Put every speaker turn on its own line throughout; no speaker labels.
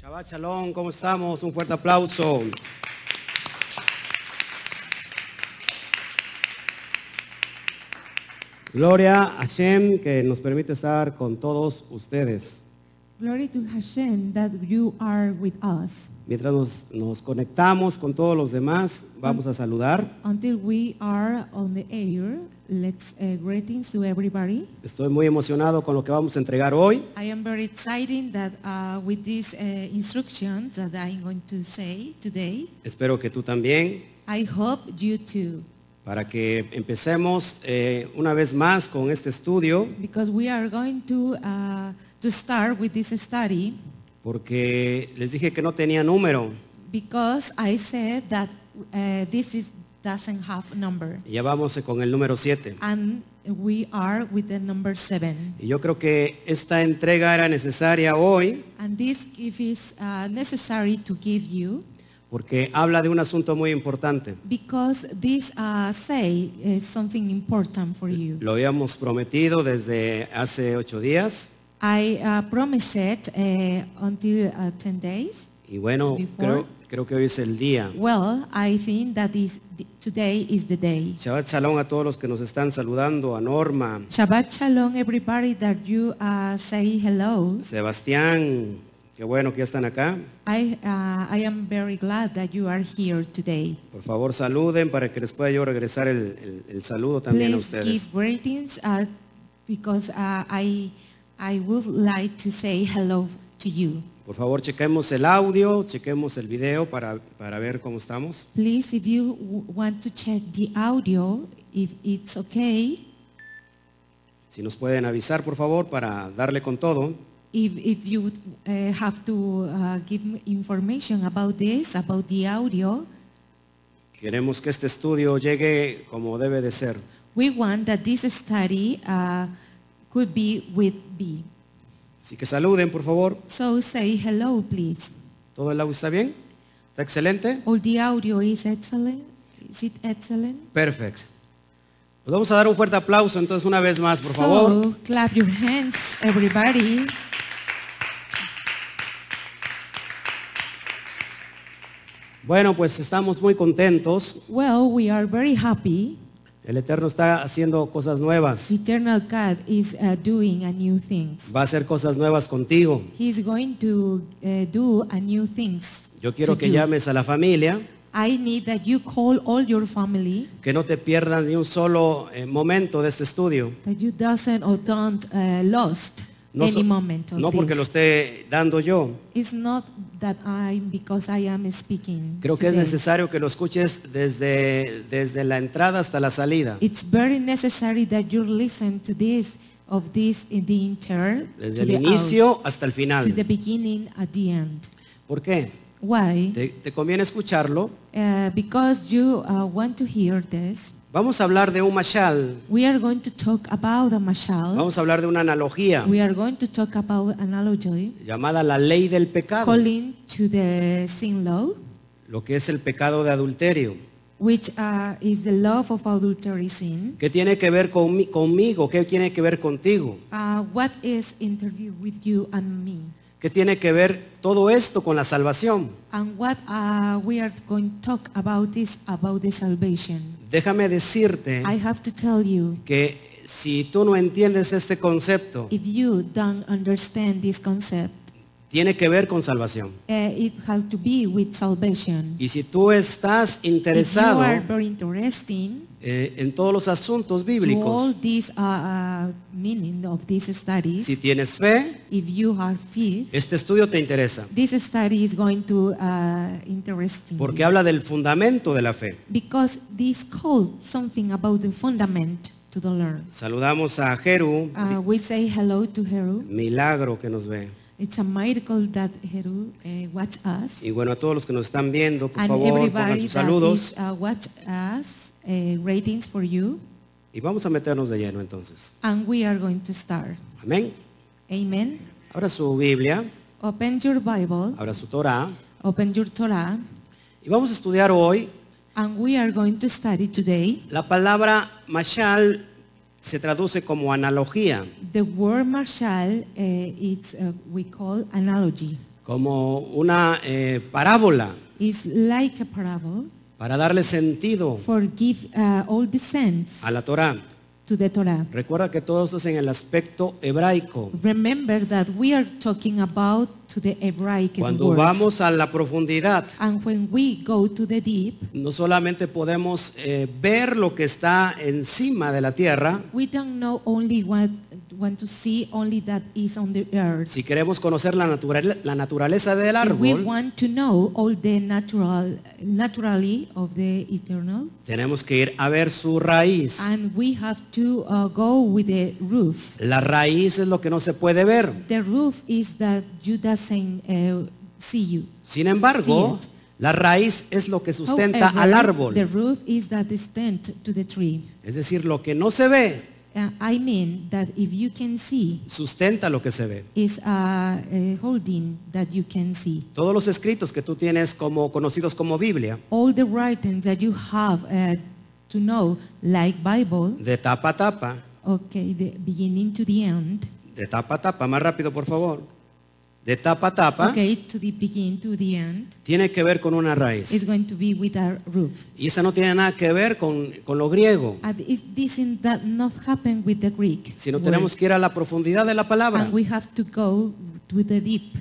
Shabbat Shalom, ¿cómo estamos? Un fuerte aplauso. Gloria a Hashem que nos permite estar con todos ustedes.
Glory to Hashem that you are with us.
Mientras nos, nos conectamos con todos los demás, vamos a saludar.
Until we are on the air, let's uh, greetings to everybody.
Estoy muy emocionado con lo que vamos a entregar hoy.
I am very excited that uh, with this uh, instruction that I'm going to say today,
Espero que tú también,
I hope you too,
para que empecemos eh, una vez más con este estudio,
because we are going to uh, to start with this study
porque les dije que no tenía número.
because I said that uh, this is doesn't have number,
Ya vamos con el número 7.
and we are with the number seven.
Y yo creo que esta entrega era necesaria hoy
And this if is uh, necessary to give you
porque habla de un asunto muy importante.
because this uh, say is something important for you.
Lo habíamos prometido desde hace ocho días
I uh, promised it uh, until uh, 10 days.
y bueno, creo,
Before.
creo que hoy es el día.
Well, I think that is today is the day.
Shabbat shalom a todos los que nos están saludando, a Norma,
Shabbat shalom, everybody that you uh, say hello.
Sebastián, qué bueno que ya están acá.
I, uh, I am very glad that you are here today.
Por favor saluden para que les pueda yo regresar el, el- el saludo también
Please
a ustedes.
give greetings uh, because uh, I, I would like to say hello to you.
Por favor chequemos el audio, chequemos el video para, para ver cómo estamos.
Please, if you w- want to check the audio, if it's okay,
Si nos pueden avisar por favor para darle con todo.
if, if you would, uh, have to uh, give me information about this, about the audio,
Queremos que este estudio llegue como debe de ser.
we want that this study uh, could be with B.
Así que saluden, por favor.
So say hello, please.
¿Todo el audio está bien? ¿Está excelente?
All the audio is excellent. Is it excellent?
Perfecto. Pues vamos a dar un fuerte aplauso entonces una vez más, por favor.
So clap your hands, everybody.
Bueno, pues estamos muy contentos.
Well, we are very happy.
El Eterno está haciendo cosas nuevas.
Eternal God is uh, doing a new things.
Va a hacer cosas nuevas contigo.
He's going to uh, do a new things.
Yo quiero
to
que
do.
llames a la familia,
I need that you call all your family,
que no te pierdas ni un solo eh, momento de este estudio.
that you doesn't or don't uh, lost
No,
any
so-
moment of
no porque lo
this.
esté dando yo.
It's not that I because I am speaking.
Creo que es
today.
necesario que lo escuches desde, desde la entrada hasta la salida.
It's very necessary that you listen to this of this in the inter
Desde
to
el
the out,
inicio hasta el
to the
final.
beginning at the end.
¿Por qué?
Why?
Te, te conviene escucharlo.
Uh, because you uh, want to hear this.
Vamos a hablar de un mashal.
We are going to talk about a mashal.
Vamos a hablar de una analogía
We are going to talk about analogy
llamada la ley del pecado,
calling to the sin law,
lo que es el pecado de adulterio,
which uh, is the love of adultery sin.
que tiene que ver conmi- conmigo, que tiene que ver contigo,
Uh, what is interview with you and me,
que tiene que ver todo esto con la salvación.
and what uh, we are going to talk about is about the salvation.
Déjame decirte
I have to tell you,
que si tú no entiendes este concepto,
if you don't understand this concept,
tiene que ver con salvación.
uh, it has to be with salvation.
Y si tú estás
If you
interesado
are very interesting
eh, en todos los asuntos
to all
bíblicos,
these uh, uh, meaning of these studies.
si tienes fe,
If you are faith,
este estudio te interesa,
this study is going to uh, interest you.
porque habla del fundamento de la fe.
because this calls something about the fundament to the learn.
Saludamos a Jeru,
Uh, we say hello to Heru.
milagro que nos ve.
It's a miracle that Heru uh, watch us.
Y bueno, a todos los que nos están viendo, por
and
favor, pongan
everybody
sus
that
saludos.
is, uh, watch us, uh, ratings for you.
Y vamos a meternos de lleno entonces.
And we are going to start.
Amén.
Amen.
Abra su Biblia,
Open your Bible.
abra su Torah.
Open your Torah.
Y vamos a estudiar hoy
And we are going to study today
la palabra mashal se traduce como analogía.
The word marshal, uh, it's uh, we call analogy.
como una eh, parábola
It's like a parable
para darle sentido
for give uh, all the sense
a la Torá.
to the Torah.
Recuerda que todo esto es en el aspecto hebraico.
Remember that we are talking about to the Hebraic
Cuando
words.
vamos a la profundidad,
and when we go to the deep,
no solamente podemos eh, ver lo que está encima de la tierra,
we don't know only what want to see only that is on the earth.
si queremos conocer la, naturale- la naturaleza del
If we
árbol,
want to know all the natural naturally of the eternal,
tenemos que ir a ver su raíz.
and we have to uh, go with the roof.
La raíz es lo que no se puede ver.
The roof is that you doesn't uh, see you.
Sin embargo,
Sí.
la raíz es lo que sustenta
However,
al
The
árbol.
roof is that stent to the tree.
Es decir, lo que no se ve,
Uh, I mean that if you can see,
sustenta lo que se ve.
is a, a holding that you can see.
Todos los escritos que tú tienes como conocidos como Biblia,
All the writings that you have uh, to know, like Bible,
de tapa a tapa,
okay, the beginning to the end,
de tapa a tapa, más rápido por favor, de tapa a tapa,
okay, to the beginning to the end,
tiene que ver con una raíz.
is going to be with a roof.
Y esa no tiene nada que ver con, con lo griego,
And it, this in that not happen with the Greek.
sino
word.
tenemos que ir a la profundidad de la palabra.
and we have to go to the deep. to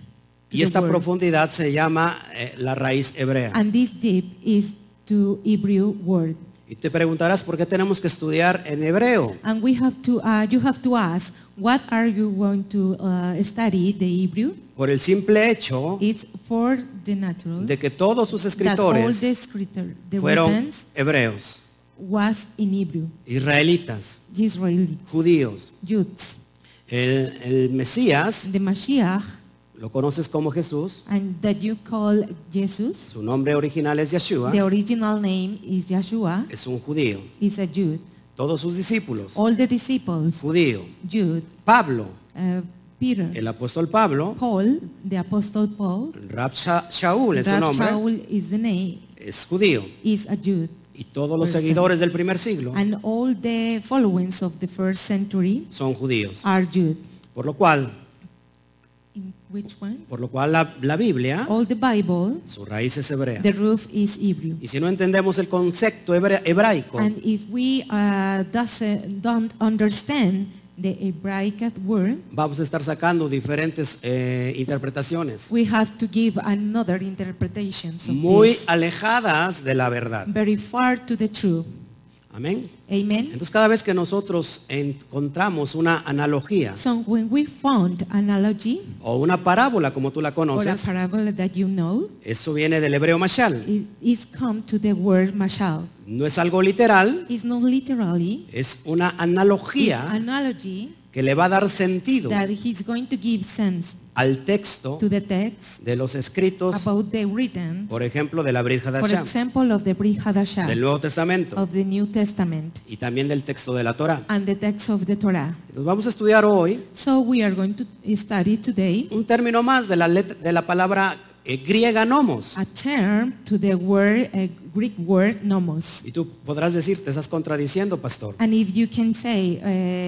Y
the
esta
word.
profundidad se llama eh, la raíz hebrea.
And this deep is to Hebrew word.
Y te preguntarás por qué tenemos que estudiar en hebreo.
And we have to, uh, you have to ask, what are you going to uh, study the Hebrew?
Por el simple hecho
It's for the natural.
de que todos sus
that all the
escritores
scripture, the
fueron
writings
hebreos,
was in Hebrew,
israelitas,
the Israelites,
judíos.
Jews,
El, el Mesías,
the Mashiach,
lo conoces como Jesús,
and that you call Jesus.
su nombre original es Yeshua,
The original name is Yeshua,
es un judío.
is a Jude.
Todos sus discípulos,
All the disciples,
judío.
Jude,
Pablo,
uh, Peter,
el apóstol Pablo,
Paul, the Apostle Paul,
Rab Sha- Shaul es su
Rab
nombre,
Shaul is the name,
es judío.
is a Jude.
Y todos los
Person.
seguidores del primer siglo
And all the followings of the first century
son judíos.
are Jude.
Por lo cual,
In which one?
por lo cual la, la Biblia,
All the Bible,
su raíz es hebrea.
the roof is Hebrew.
Y si no entendemos el concepto hebra- hebraico,
And if we uh, doesn't, don't understand the Hebraic word,
vamos a estar sacando diferentes eh, interpretaciones
we have to give another interpretation of
muy
this,
alejadas de la verdad.
very far to the truth.
Amén.
Amen.
Entonces cada vez que nosotros encontramos una analogía
So when we found analogy
o una parábola como tú la
or a
conoces,
parable that you know,
eso viene del hebreo mashal.
it is come to the word mashal.
No es algo literal,
It's not literally,
es una
it's
analogía
analogy
que le va a dar sentido
that he's going to give sense
al texto
to the text
de los escritos,
about the written,
por ejemplo, de la Brit
for
Hadashah,
example, of the Brit Hadashah.
del Nuevo Testamento
of the New Testament
y también del texto de la Torah.
and the text of the Torah.
Entonces vamos a estudiar hoy
So we are going to study today
un término más de la, let- de la palabra eh, griega nomos.
a term to the word, a Greek word nomos.
Y tú podrás decir, te estás contradiciendo, pastor.
And if you can say,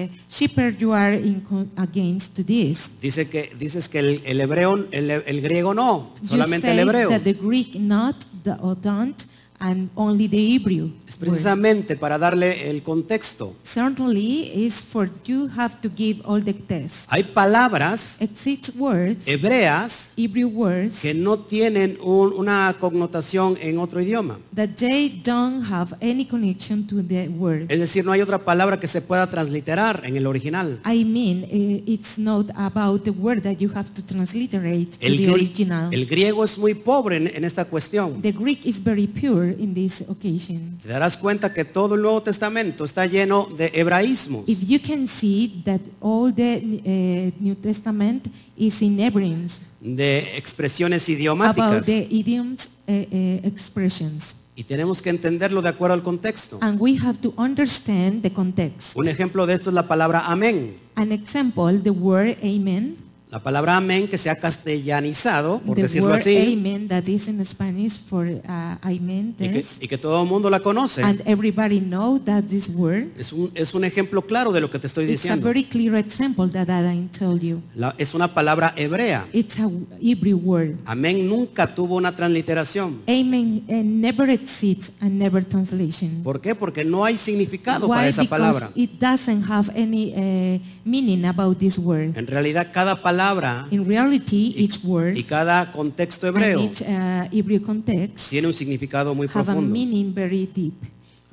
uh, shepherd, you are in con- against to this.
Dice que, dices que el, el hebreo, el, el griego no,
You
solamente el
say
hebreo.
that the Greek not, the or don't, and only the Hebrew.
Es
word.
precisamente para darle el contexto.
Certainly is for you have to give all the text.
Hay palabras
Exist words,
hebreas
Hebrew words,
que no tienen un- una connotación en otro idioma.
that they don't have any connection to the word.
Es decir, no hay otra palabra que se pueda transliterar en el original.
I mean, eh, it's not about the word that you have to transliterate to
El,
the
gri-
original.
el griego es muy pobre en- en esta cuestión.
the Greek is very pure in this occasion.
Te darás cuenta que todo el Nuevo Testamento está lleno de hebraísmos.
If you can see that all the eh, New Testament is in Hebrews
de expresiones
about
idiomáticas
the idioms eh, eh, expressions,
y tenemos que entenderlo de acuerdo al contexto.
and we have to understand the context.
Un ejemplo de esto es la palabra amén.
An example, the word "amen"
La palabra amén que se ha castellanizado, por
the
decirlo
word
así,
amen that is in Spanish for uh, amen,
y que,
this,
y que todo el mundo la conoce.
and everybody know that this word,
Es un, es un ejemplo claro de lo que te estoy
it's a
diciendo.
very clear example that I told you.
La- es una palabra hebrea.
It's a Hebrew word.
Amén nunca tuvo una transliteración.
Amen eh, never exists and never translation.
¿Por qué? Porque no hay significado para
Why?
esa
Because
palabra.
it doesn't have any eh, meaning about this word.
En realidad cada palabra
In reality, each word
y cada contexto
and
hebreo
each uh, Hebrew context
tiene un significado muy
have a
profundo.
meaning very deep.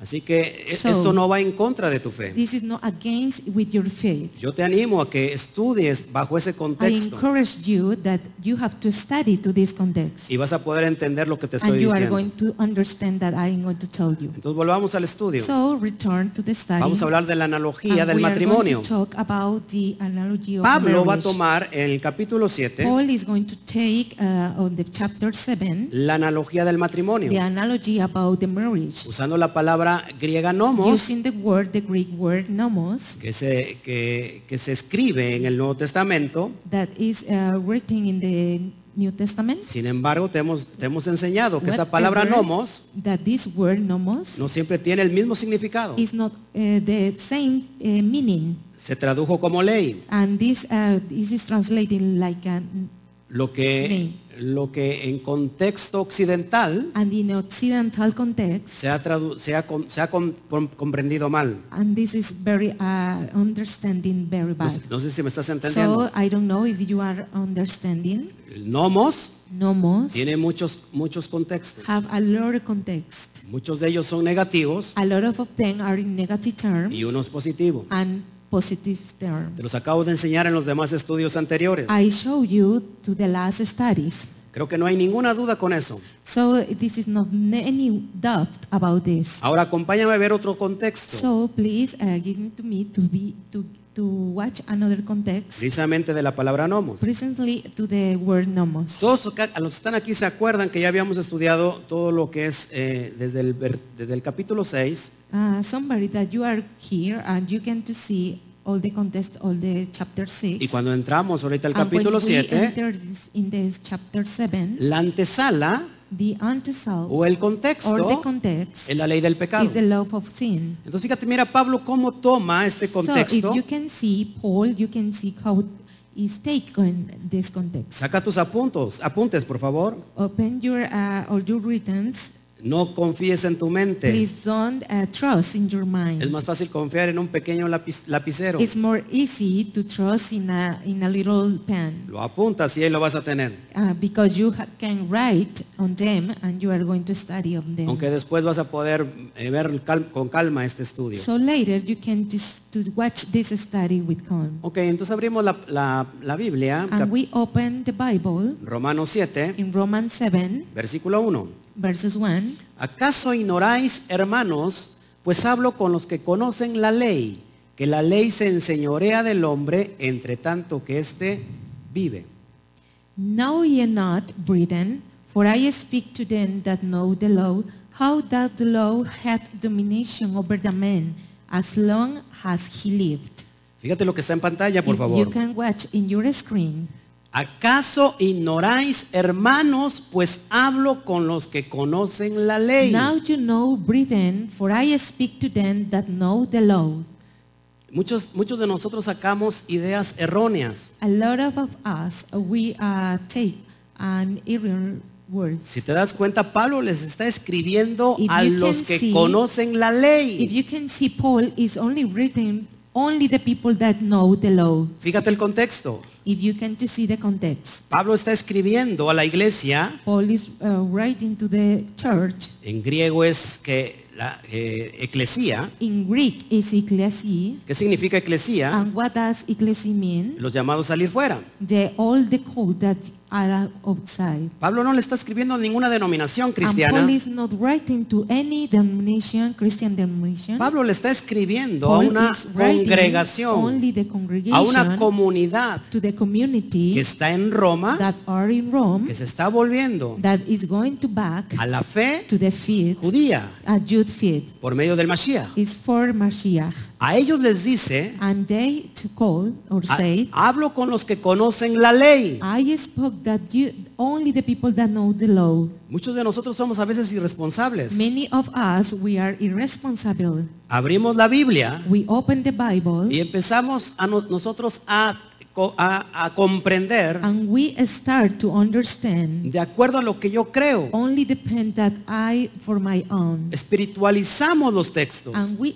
Así que e-
So-
esto no va en contra de tu fe.
This is not against with your faith.
Yo te animo a que estudies bajo ese
I
contexto
encourage you that you have to study to this context,
y vas a poder entender lo que te
and
estoy
you are
diciendo.
going to understand that I am going to tell you.
Entonces volvamos al estudio.
So return to the study.
Vamos a hablar de la
and
analogía del
we are going to
matrimonio.
talk about the analogy of
Pablo va a
marriage.
tomar ¿eh? en el capítulo 7
Paul is going to take uh, on the chapter 7
la analogía del
the
matrimonio,
analogy about the marriage
usando la palabra griega nomos,
using the word the Greek word nomos
que se, que, que se escribe en el Nuevo Testamento.
that is uh, written in the New Testament.
Sin embargo, te hemos, te hemos enseñado que esta
Whatever
palabra nomos
That this word nomos
no siempre tiene el mismo significado.
is not uh, the same uh, meaning,
Se tradujo como ley.
and this uh, this is translating like an
Lo que,
Ley.
lo que en contexto occidental
and in Occidental context,
se ha, tradu- se ha com- se ha com- com- comprendido mal.
and this is very uh, understanding very
No,
bad.
sé- no sé si me estás
So
entendiendo.
I don't know if you are understanding.
El nomos
Nomos
tiene muchos, muchos contextos.
have a lot of context.
Muchos de ellos son negativos
A lot of them are in negative terms
y unos positivos.
and positive terms.
Te los acabo de enseñar en los demás estudios anteriores.
I show you to the last studies.
Creo que no hay ninguna duda con eso.
So this is not n- any doubt about this.
Ahora acompáñame a ver otro contexto,
So please uh, give me to me to be to to watch another context
precisamente de la palabra nomos.
presently to the word nomos.
Todos acá- a los que están aquí se acuerdan que ya habíamos estudiado todo lo que es eh, desde, el, ver- desde el capítulo 6
Uh, somebody that you are here and you can to see all the context, all the chapter
y
six.
cuando entramos ahorita al
And when
capítulo
we
7,
enter this- in this chapter 7,
la antesala
the antecedent
o el
or the
contexto
context
es la ley del pecado.
is the love of sin.
Entonces fíjate, mira Pablo cómo toma este
So if
contexto,
you can see Paul, you can see how is taken this context.
saca tus apuntos, apuntes por favor,
Open your uh, all your writings.
no confíes en tu mente.
Please don't uh, trust in your mind.
Es más fácil confiar en un pequeño lapiz- lapicero.
It's more easy to trust in a in a little pen
Lo apuntas y ahí lo vas a tener.
uh, because you ha- can write on them and you are going to study on them.
Aunque después vas a poder eh, ver cal- con calma este estudio.
So later you can just to watch this study with calm.
Ok, entonces abrimos la, la- la Biblia,
And
cap-
we open the Bible
Romanos 7,
in Romans 7
versículo 1.
verses 1.
¿Acaso ignoráis, hermanos, pues hablo con los que conocen la ley, que la ley se enseñorea del hombre entre tanto que éste vive?
Know ye not, brethren, for I speak to them that know the law, how that the law hath domination over the man, as long as he lived.
Fíjate lo que está en pantalla, por
If You
favor.
can watch in your screen.
¿Acaso ignoráis, hermanos, pues hablo con los que conocen la ley?
Now you know, brethren, for I speak to them that know the law.
Muchos, muchos de nosotros sacamos ideas erróneas.
A lot of, of us, we uh, take an error words.
Si te das cuenta, Pablo les está escribiendo
If
a
you can
los que
see-
conocen la
If
ley.
you can see, Paul is only written only the people that know the law.
Fíjate el contexto.
If you can to see the context.
Pablo está escribiendo a la iglesia,
Paul is uh, writing to the church.
en griego es que la eh, eclesía.
In Greek is ecclesia.
¿Qué significa eclesía?
Ah. And what does ecclesia mean?
Los llamados a salir fuera.
The all the call that are outside.
Pablo no le está escribiendo a ninguna denominación cristiana.
And Paul is not writing to any denomination, Christian denomination.
Pablo le está escribiendo a
Paul
una
is writing only
congregación,
the
a una
congregation
comunidad
to the community
que está en Roma,
that are in Rome
que se está volviendo
that is going to back
a la fe
to the feet,
judía
a Jude feet,
por medio del Mashiach.
is for Mashiach.
A ellos les dice,
And they to call or
"Ha-
say, Ah.
hablo con los que conocen la ley.
I spoke that you only the people that know the law.
Muchos de nosotros somos a veces irresponsables.
Many of us we are irresponsible.
Abrimos la Biblia
We open the Bible
y empezamos a no- nosotros a, co- a- a comprender
and we start to understand
de acuerdo a lo que yo creo.
only the pen that I for my own.
Espiritualizamos los textos
And we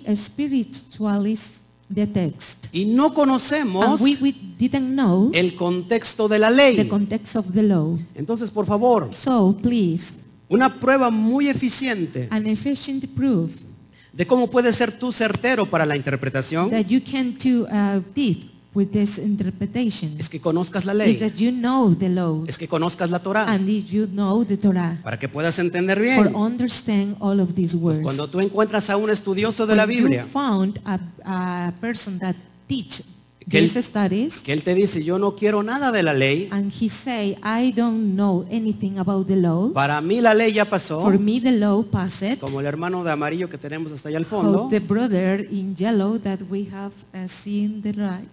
spiritualize the text.
y no conocemos
And we, we didn't know
el contexto de la
the
ley.
context of the law.
Entonces, por favor,
So please,
una prueba muy eficiente
an efficient proof
de cómo puedes ser tú certero para la interpretación
that you can do uh, did with this interpretation
es que conozcas la
is
ley,
that you know the law
es que conozcas la Torah,
and if you know the Torah
para que puedas entender
or
bien.
understand all of these
Pues
words.
cuando tú encuentras a un estudioso de la
When you
Biblia
found a, a person that teach
Que él-
these studies
que él te dice, yo no quiero nada de la ley,
and he say, I don't know anything about the law.
para mí la ley ya pasó,
For me, the law passed.
como el hermano de amarillo que tenemos hasta allá al
How
fondo,
the brother in yellow that we have uh, seen the right.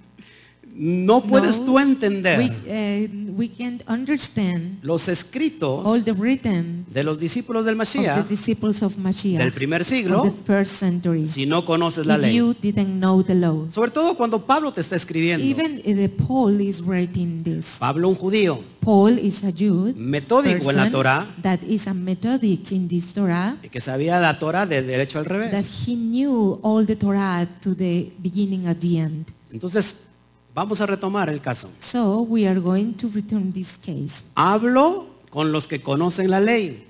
no puedes
No.
tú entender
We, uh, we can't understand
los
all
escritos
the written
de los discípulos del
of
Mashiach
the disciples of Mashiach
ah. del primer
of
siglo
the first century.
si no conoces la
If
ley.
you didn't know the law.
Sobre todo cuando Pablo te está escribiendo.
Even uh, the Paul is writing this.
Pablo, un judío
Paul is a Jew
metódico en la
person
Torah,
that is a methodic in this Torah
que sabía la Torah de derecho al
that
revés.
he knew all the Torah to the beginning at the end.
Entonces, vamos a retomar el caso.
So we are going to return this case.
Hablo con los que conocen la ley.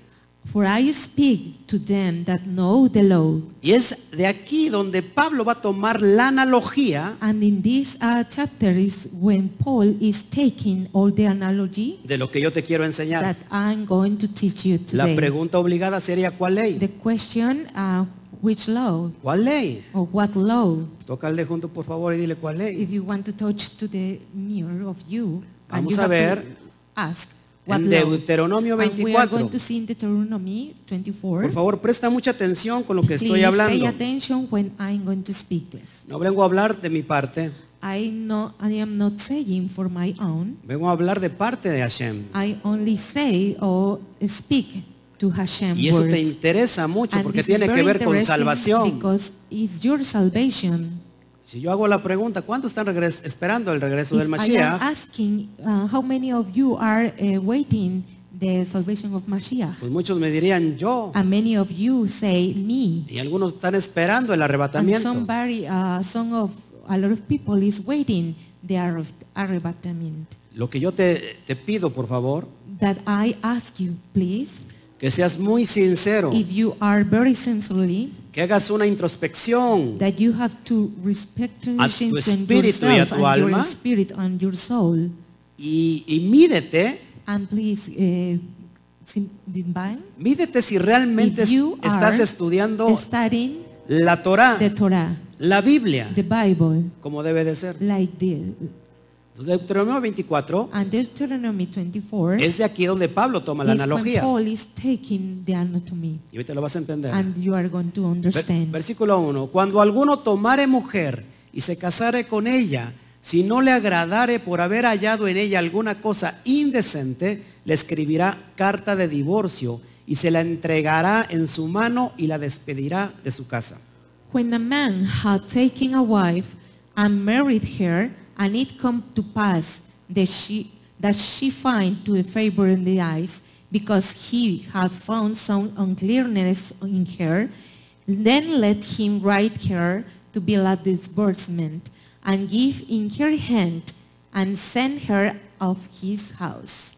For I speak to them that know the law.
Y es de aquí donde Pablo va a tomar la analogía
And in this uh, chapter is when Paul is taking all the analogy
de lo que yo te quiero enseñar.
that I'm going to teach you
La
today.
pregunta obligada sería, ¿cuál ley?
The question, uh, which law
¿Cuál ley?
or what law?
Tócale junto, por favor, y dile cuál ley.
If you want to touch to the mirror of you, and
Vamos
you
a
have to
ver
ask what
En
law.
Deuteronomio
And we are going
24.
to see in Deuteronomy 24.
Por favor, presta mucha atención con lo que estoy
Please pay
hablando.
attention when I'm going to speak this.
No vengo a hablar de mi parte,
I know I am not saying for my own.
vengo a hablar de parte de Hashem.
I only say or speak to Hashem
Y eso
words.
te interesa mucho
And
porque
this is
tiene que
very
ver con
interesting
salvación.
Because it's your salvation.
Si yo hago la pregunta, ¿cuántos están regres- esperando el regreso del
If I am
Mashiach?
asking uh, how many of you are uh, waiting the salvation of Mashiach,
Pues muchos me dirían yo.
and many of you say me,
Y algunos están esperando el
and
arrebatamiento.
somebody, uh, some of a lot of people is waiting the arre- arrebatament.
Lo que yo te, te pido, por favor,
That I ask you, please,
que seas muy sincero,
if you are very sincerely,
que hagas una introspección
that you have to respect
tu
yourself and
espíritu y a tu alma.
your spirit and your soul,
y, y mídete,
and please, uh, sin- divine,
mídete si realmente
If you
estás
are
estudiando
studying
la Torah,
the Torah,
la Biblia,
the Bible,
como debe de ser.
like this.
Entonces, Deuteronomio 24
And Deuteronomy 24
es de aquí donde Pablo toma la
is when
analogía.
Paul is taking the anatomy,
Y ahorita lo vas a entender.
and you are going to
Ver-
understand.
Versículo 1. Cuando alguno tomare mujer y se casare con ella, si no le agradare por haber hallado en ella alguna cosa indecente, le escribirá carta de divorcio y se la entregará en su mano y la despedirá de su casa.
When a man had taken a wife and married her, and it come to pass that she that she find to a favor in the eyes, because he had found some uncleanness in her, then let him write her to be a disbursement, and give in her hand, and send her of his house.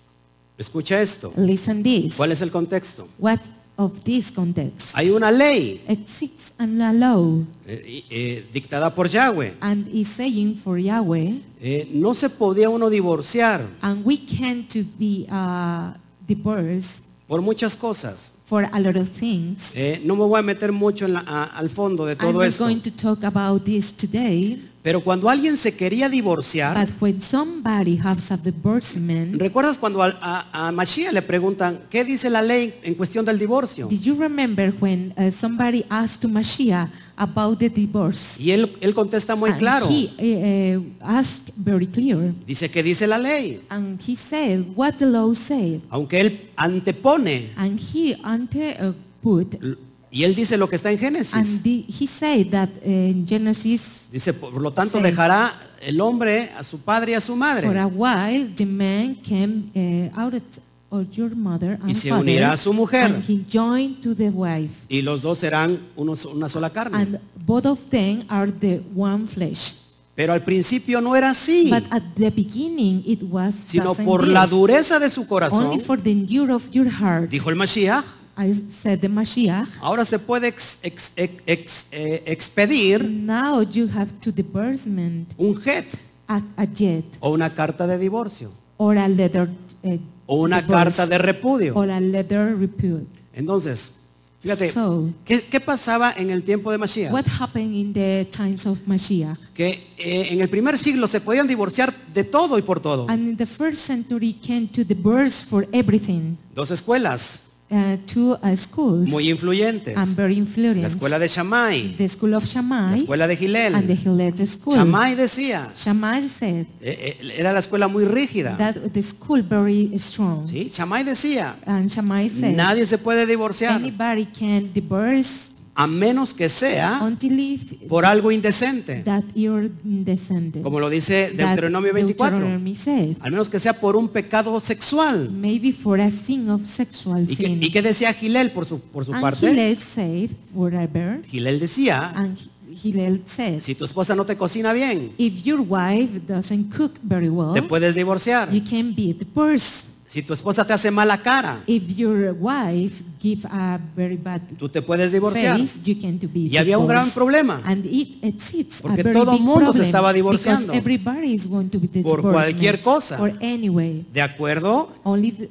Escucha esto.
Listen this.
¿Cuál es el contexto?
What of this context.
Hay una ley
Exists an a law,
eh, eh, dictada por Yahweh.
and is saying for Yahweh,
Eh, no se podía uno divorciar
and we can to be uh, divorced
por muchas cosas.
for a lot of things.
Eh, no me voy a meter mucho en la- a- al fondo de
and
todo
we're
esto.
going to talk about this today.
Pero cuando alguien se quería divorciar,
But when somebody has a divorcement,
¿recuerdas cuando al- a, a Mashiach le preguntan, ¿qué dice la ley en cuestión del divorcio?
did you remember when uh, somebody asked to Mashiach about the divorce?
Y él, él contesta muy
And
claro.
He uh, uh, asked very clear,
Dice que dice la ley,
and he said what the law said,
aunque él antepone,
and he ante uh, put,
l- y él dice lo que está en
and
Génesis.
the- he said that uh, in Genesis,
Dice, por lo tanto,
Sí.
dejará el hombre a su padre y a su
for
madre,
a while the man came uh, out of- of your mother and
se
father,
unirá a su mujer.
and he joined to the wife.
y los dos serán unos- una sola carne.
and both of them are the one flesh.
Pero al principio no era así,
But at the beginning it was
sino
doesn't
por
this.
la dureza de su
only
corazón,
for the endure of your heart.
dijo el Mashiach,
I said the Mashiach.
ahora se puede ex- ex- ex- ex- eh, expedir
Now you have to divorcement
un jet
a, a jet
o una carta de divorcio
or a letter eh,
o una
divorce,
carta de repudio.
or a letter repute.
Entonces, fíjate,
So-
¿qué, qué pasaba en el tiempo de Mashiach?
What happened in the times of Mashiach?
Que eh, en el primer siglo se podían divorciar de todo y por todo.
And in the first century came to divorce for everything,
Dos escuelas
uh, two uh, schools
muy influyentes.
and very influence.
La escuela de Shammai,
the school of
la
Shammai
escuela de
and the
Gilel.
Hillel school.
Shammai decía,
Shammai said
eh, eh, era la escuela muy rígida.
that the school very strong.
¿sí? Shammai decía,
And Shammai said
nadie se puede divorciar
anybody can divorce
a menos que sea
until if
por algo indecente,
that you're descended.
como lo dice
That
Deuteronomio 24.
Deuteronomy said,
Al menos que sea por un pecado sexual.
maybe for a sin of sexual
¿Y qué,
sin. Ah,
y qué decía Gilel por su, por su
and
parte?
Hillel said forever.
Gilel decía,
And Hillel said,
si tu esposa no te cocina bien,
if your wife doesn't cook very well,
te puedes divorciar.
you can be divorced.
Si tu esposa te hace mala cara,
If your wife give a very bad
tú te puedes divorciar.
face, you can to be
Y había un gran
divorced.
problema.
And it exists
Porque
a very
todo
big
mundo se
problem
estaba divorciando.
Because everybody is going to be
Por
divorced
cualquier cosa.
Or anyway,
De acuerdo
only the-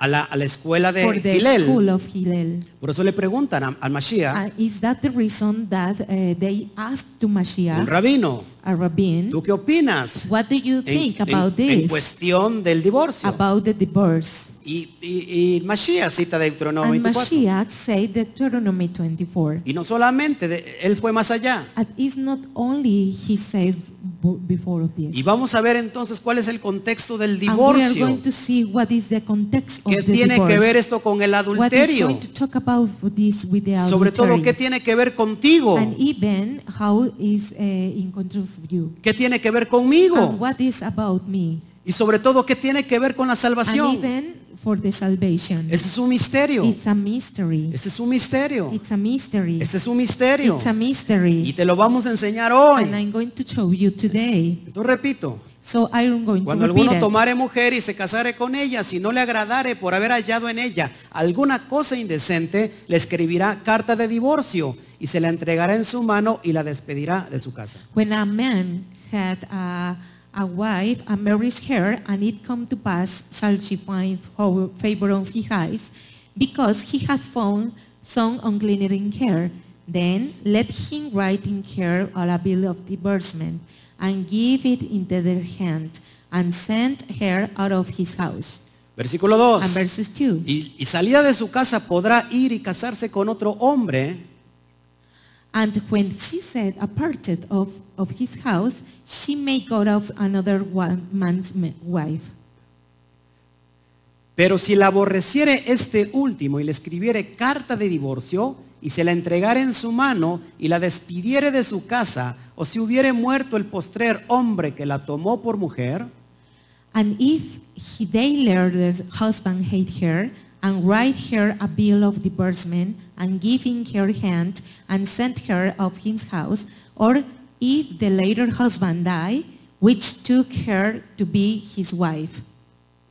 a la, a la escuela de
for the
Gilel.
school of Hillel.
Por eso le preguntan a- al Mashiach,
And is that the reason that eh, they asked to
un
Mashiach,
rabino,
a rabbin,
¿tú qué opinas
¿Eh? what do you think
en,
about
en- en
this,
cuestión del divorcio?
about the divorce?
Y, y, y Mashiach cita de Deuteronomio
and
24.
Mashiach said Deuteronomy 24.
Y no solamente, de- él fue más allá.
And it's not only he said b- before of this.
Y vamos a ver entonces cuál es el contexto del
And we are
divorcio.
going to see what is the context of
¿Qué
the
tiene
divorce.
que ver esto con el
What is
adulterio?
going to talk about this with the
Sobre todo, ¿qué
adultery?
tiene que ver contigo?
And even how is uh, in control of you.
¿Qué tiene que ver
And
conmigo?
what is about me.
Y sobre todo, ¿qué tiene que ver con la
And
salvación?
even for the salvation.
Ese es un misterio.
It's a mystery.
Ese es un misterio.
It's a mystery.
Ese es un misterio.
It's a
Y
mystery.
te lo vamos a enseñar
And
hoy.
I'm going to show you today.
Entonces repito,
So I'm going
cuando
to repeat
alguno
it.
tomare mujer y se casare con ella, si no le agradare por haber hallado en ella alguna cosa indecente, le escribirá carta de divorcio y se la entregará en su mano y la despedirá de su casa.
When a man had a, a wife and married her, and it come to pass, shall she find ho- favor on his eyes, because he hath found some uncleanness in her. Then let him write in her a bill of divorcement, and give it into their hand, and send her out of his house.
Versículo
And
2.
verses 2.
Y, y salida de su casa podrá ir y casarse con otro hombre
And when she said aparted of, of his house, she may go of another one man's ma- wife.
Pero si la aborreciere este último y le escribiere carta de divorcio y se la entregare en su mano y la despidiere de su casa, o si hubiere muerto el postrer hombre que la tomó por mujer,
And if he, they learn their husband hate her, and write her a bill of divorcement, and give in her hand, and send her of his house, or if the later husband die, which took her to be his wife.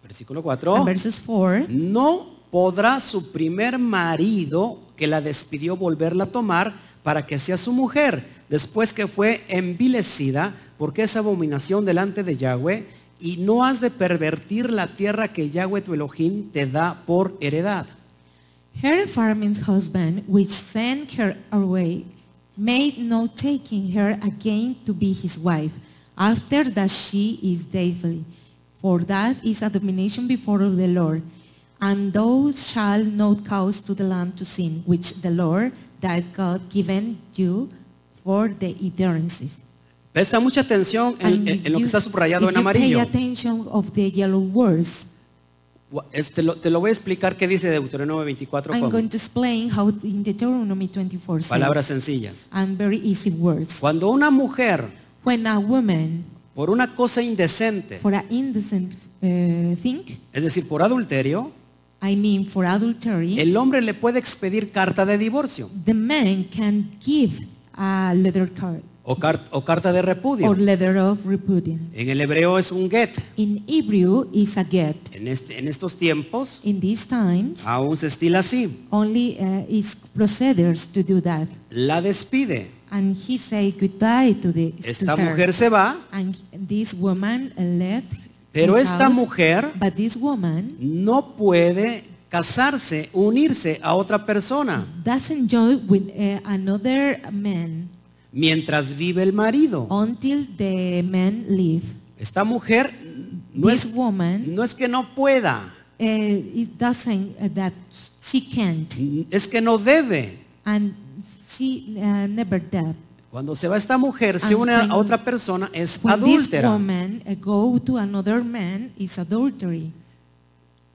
versículo
And
4,
verses 4,
no podrá su primer marido que la despidió volverla a tomar para que sea su mujer, después que fue envilecida porque es abominación delante de Yahweh, y no has de pervertir la tierra que Yahweh tu Elohim te da por heredad.
Her farming's husband, which sent her away, made no taking her again to be his wife, after that she is deadly. For that is abomination before the Lord. And thou shalt not cause to the land to sin, which the Lord thy God given you for the eternity.
Presta mucha atención en,
And
en-
if
en lo que
you-
está subrayado
if
en
you
amarillo.
Pay attention of the yellow words.
Gua- este, lo- te lo voy a explicar qué dice Deuteronomio 24
I'm
con
going to explain how in Deuteronomy 24 says,
palabras sencillas.
and very easy words.
Cuando una mujer,
When a woman
por una cosa indecente,
for an indecent uh, thing,
es decir, por adulterio,
I mean for adultery,
el hombre le puede expedir carta de divorcio
the man can give a letter card
o, car- o carta de
or
repudio.
letter of repudiation.
En el hebreo es un get.
In Hebrew is a get.
En, este- en estos tiempos
In these times,
aún se estila así.
only uh, is procedures to do that.
La despide.
And he say goodbye to the to
Esta
her.
mujer se va,
And this woman left.
pero
his
esta
house,
mujer
But this woman
no puede casarse, unirse a otra persona
doesn't join with uh, another man
mientras vive el marido.
Oh. until the man leave.
Esta mujer no
this
es,
woman
no es que no pueda,
uh, it doesn't uh, that she can't,
es que no debe.
and she uh, never did.
Cuando se va esta mujer, se
And
une a
when-
otra persona, es
When this
adúltera.
woman uh, go to another man, is adultery.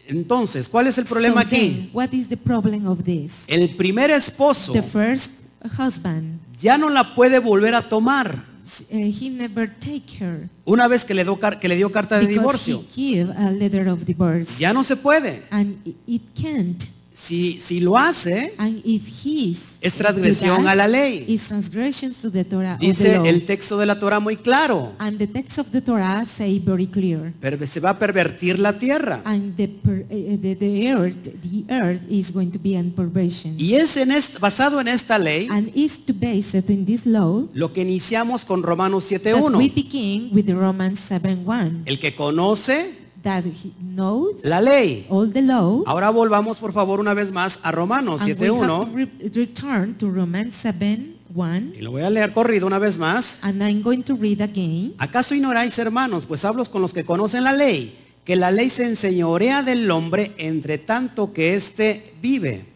Entonces, ¿cuál es el problema
So then,
aquí?
what is the problem of this?
El primer esposo
The first husband,
ya no la puede volver a tomar
sh- uh, he never take her
una vez que le, do car- que le dio carta de
because
divorcio.
he give a letter of divorce,
Ya no se puede.
and it- it can't.
Si, si lo hace,
And if he is
es transgresión a la ley.
Is transgressions to the Torah Ah, of the
Dice
law.
el texto de la Torah muy claro.
And the text of the Torah say very clear.
Perve- Se va a pervertir la tierra.
And the, per, eh, the, the earth, the earth is going to be in perversion.
Y es en est- basado en esta ley
And is to base it in this law
lo que iniciamos con Romanos
that we
7.1.
begin with the Romans 7.1
El que conoce
that he knows
la ley.
all the law.
Ahora volvamos por favor una vez más a Romanos
Oh. and we have to
7.1.
re- return to Romans 7.1
Y lo voy a leer corrido una vez más.
and I'm going to read again.
¿Acaso ignoráis, hermanos? Pues hablo con los que conocen la ley, que la ley se enseñorea del hombre entre tanto que éste vive.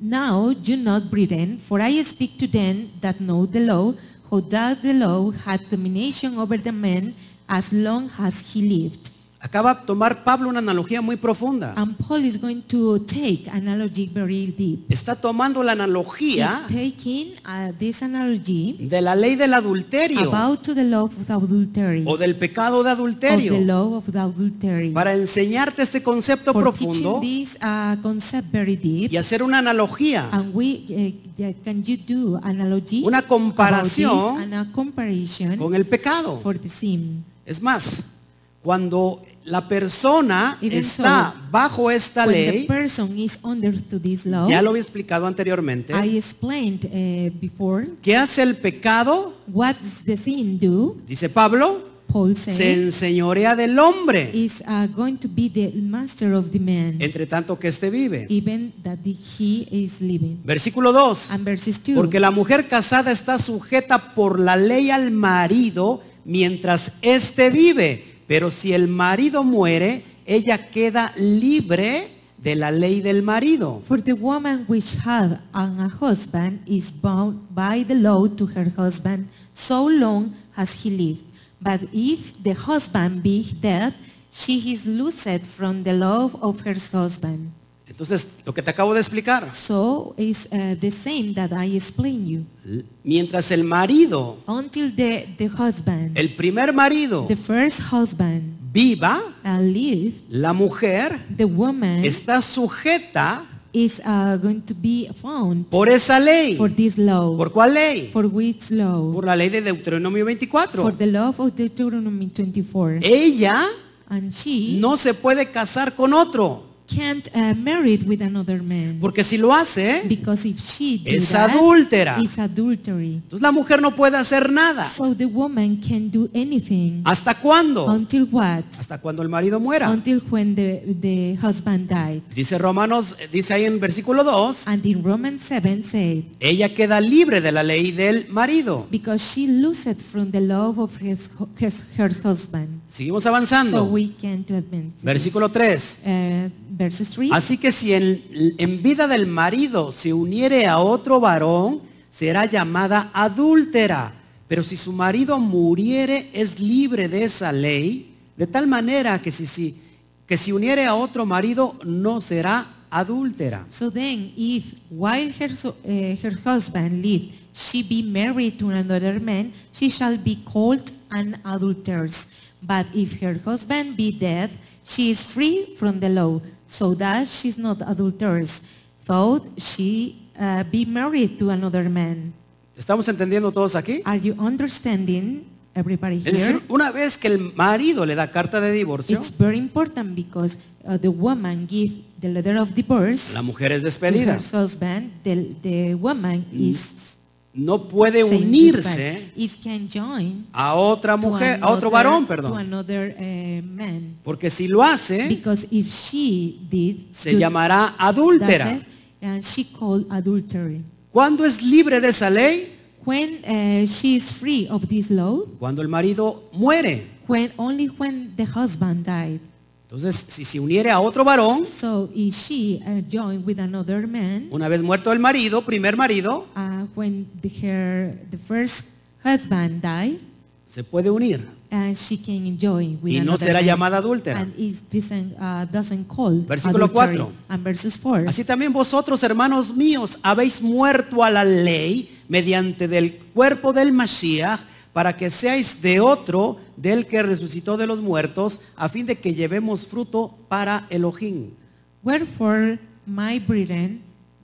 Now do not Britain, for I speak to them that know the law, who does the law had domination over the man as long as he lived.
Acaba de tomar Pablo una analogía muy profunda.
And Paul is going to take analogy very deep.
Está tomando la analogía
He's taking uh, this analogy
de la ley del adulterio
about to the law of adultery,
o del pecado de
of the
adulterio
law of adultery,
para enseñarte este concepto
for
profundo
teaching this uh, concept very deep.
y hacer una analogía,
And we uh, yeah, can you do analogy?
Una
Ah, about this
comparación
and a comparison
con el pecado.
for the sin.
Es más, cuando la persona
Even
está bajo esta
when the
ley,
person is under to this law,
ya lo había explicado anteriormente,
I explained uh, before
¿qué hace el pecado?
what the sin do.
Dice Pablo,
Paul
se
said
enseñorea del hombre,
is uh, going to be the master of the man,
entre tanto que éste vive.
even that the- he is living.
Versículo 2.
And verses two.
Porque la mujer casada está sujeta por la ley al marido mientras éste vive. Pero si el marido muere, ella queda libre de la ley del marido.
For the woman which hath an- a husband is bound by the law to her husband so long as he lived. But if the husband be dead, she is loosed from the law of her husband.
Entonces, lo que te acabo de explicar.
So it's uh, the same that I explained you.
L- Mientras el marido,
Until the, the husband,
el primer marido,
the first husband,
viva,
uh, live,
la mujer
the woman
está sujeta
is uh, going to be found
por esa ley.
for this law.
¿Por cuál ley?
for which law?
Por la ley de Deuteronomio
For
24.
the love of
Eh,
Deuteronomy 24.
Ella
And she
no se puede casar con otro.
can't uh, marry with another man.
Porque si lo hace,
Because if she do
es
that,
adúltera. Ah.
it's adultery.
Entonces la mujer no puede hacer nada.
So the woman can do anything.
¿Hasta cuándo?
Until what?
Hasta cuando el marido muera.
Until when the, the husband died.
Dice Romanos, eh, dice ahí en versículo 2,
And in Romans 7 said,
ella queda libre de la ley del marido.
because she looseth from the love of his, his, her husband.
Seguimos
So
avanzando.
we can to advance. to this.
Versículo 3.
Uh, verses 3.
Así que si en, en vida del marido se uniere a otro varón, será llamada adúltera. Pero si su marido muriere, es libre de esa ley, de tal manera que si, si- que si uniere a otro marido, no será adúltera.
So then, if while her, so- uh, her husband lived, she be married to another man, she shall be called an adulteress. But if her husband be dead, she is free from the law, so that she is not adulteress, though she uh, be married to another man.
¿Estamos entendiendo todos aquí?
Are you understanding, everybody
Es decir,
here?
una vez que el marido le da carta de divorcio,
It's very important because uh, the woman give the letter of divorce
la mujer es
to her
despedida.
husband, the, the woman is
No puede
saying
unirse
goodbye. It can join
a otra
to
mujer, a otro
another-
varón,
To
perdón.
another eh, man.
Porque si lo hace,
Because if she did,
se
do-
llamará
does
adúltera.
it, and she called adultery.
¿Cuándo es libre de esa ley?
When eh, she is free of this law,
Cuando el marido muere.
when only when the husband died.
Entonces, si se uniere a otro varón,
So if she uh, joined with another man,
una vez muerto el marido, primer marido,
uh, when the, her the first husband died,
se puede unir
uh, she can enjoy with
y no
another
será
man.
llamada adúltera.
and it doesn't, uh, doesn't call
Versículo
adultery.
cuatro.
And verses 4.
Así también vosotros, hermanos míos, habéis muerto a la ley mediante del cuerpo del Mashiach para que seáis de otro del que resucitó de los muertos, a fin de que llevemos fruto para Elohim.
Wherefore, my brethren,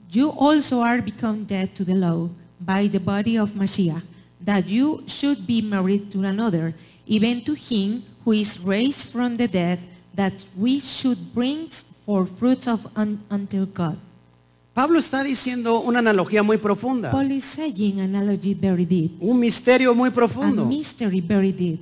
you also are become dead to the law by the body of Mashiach, that you should be married to another, even to him who is raised from the dead, that we should bring forth fruits of un- until God.
Pablo está diciendo una analogía muy profunda,
Paul is saying analogy very deep,
un misterio muy
a
profundo.
mystery very deep,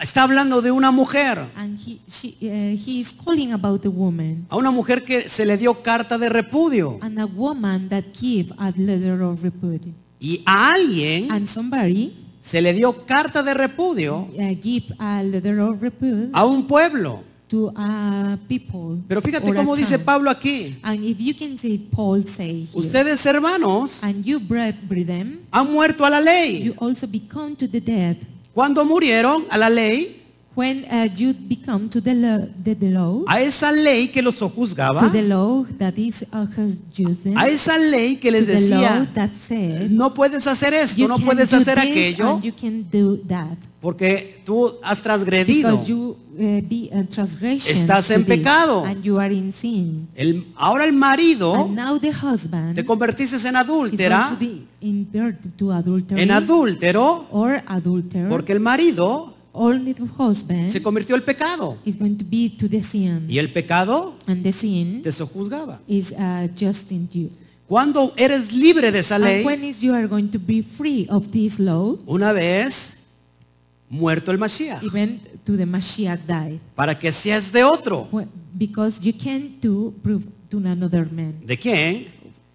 Está hablando de una mujer,
and he, she, uh, he is calling about the woman.
a una mujer que se le dio carta de repudio
and a woman that give a letter of repute
y a alguien
and somebody
se le dio carta de repudio
uh, give a letter of repute
a un pueblo.
to a people
Pero fíjate
or a
cómo dice
town.
Pablo aquí.
and if you can say Paul say here,
Ustedes hermanos
and you bread them
han muerto a la
you
ley.
also become to the dead
Cuando murieron a la ley,
when uh, you become to the, lo- the, the law
a esa ley que los
to
sojuzgaba,
the law that is uh, has chosen
a esa ley que
to
les
the law
decía,
that said
no puedes hacer esto,
you
no
can
puedes
do
hacer
this
aquello,
and you can do that
porque tú has transgredido.
Because you uh, be a transgression
Estás
to
en
this,
pecado.
And you are in sin.
El- ahora el marido
And now the husband
te
is
convertiste en
going to
adúltera,
be inverted to adultery
en adúltero,
or adulterer.
porque el marido
Only the husband
se convirtió el pecado.
is going to be to the sin.
Y el pecado
And the sin
te sojuzgaba.
is uh, just in you.
Cuando eres libre de esa
And
ley,
when is you are going to be free of this law,
una vez muerto el Mashiach,
even to the Mashiach died.
para que seas de otro.
When- Because you can't do prove to another man
¿De quién?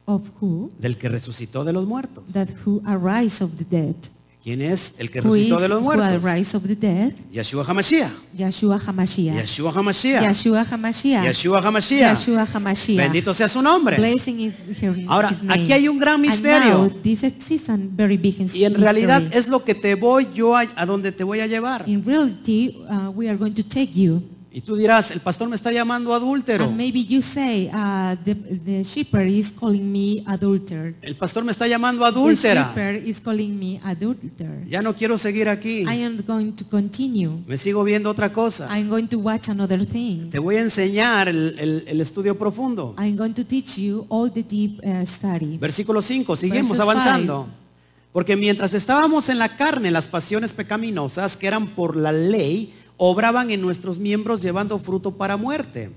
of who
Del que resucitó de los muertos.
that who arise of the dead.
¿Quién es el que
who is
resucitó de los
who are
muertos?
rise of the dead,
Yeshua HaMashiach.
Yeshua HaMashiach.
Yeshua HaMashiach.
Yeshua HaMashiach.
Yeshua HaMashiach.
Yeshua HaMashiach.
Bendito sea su nombre.
Blessing is her,
Ahora,
his name.
aquí hay un gran
And
misterio.
now, this is a very big
Y en realidad es lo que te voy yo a, a donde te voy a llevar.
In reality, uh, we are going to take you.
Y tú dirás, el pastor me está llamando adúltero.
and maybe you say, uh, the, the shepherd is calling me adulterer.
El pastor me está llamando
The
adúltera.
shepherd is calling me adulterer.
Ya no quiero seguir aquí.
I am going to continue.
Me sigo viendo otra cosa.
I'm going to watch another thing.
Te voy a enseñar el, el- el estudio profundo.
I'm going to teach you all the deep uh, study.
Versículo 5, seguimos
Verses
avanzando. Porque mientras estábamos en la carne, las pasiones pecaminosas que eran por la ley, obraban en nuestros miembros llevando fruto para muerte.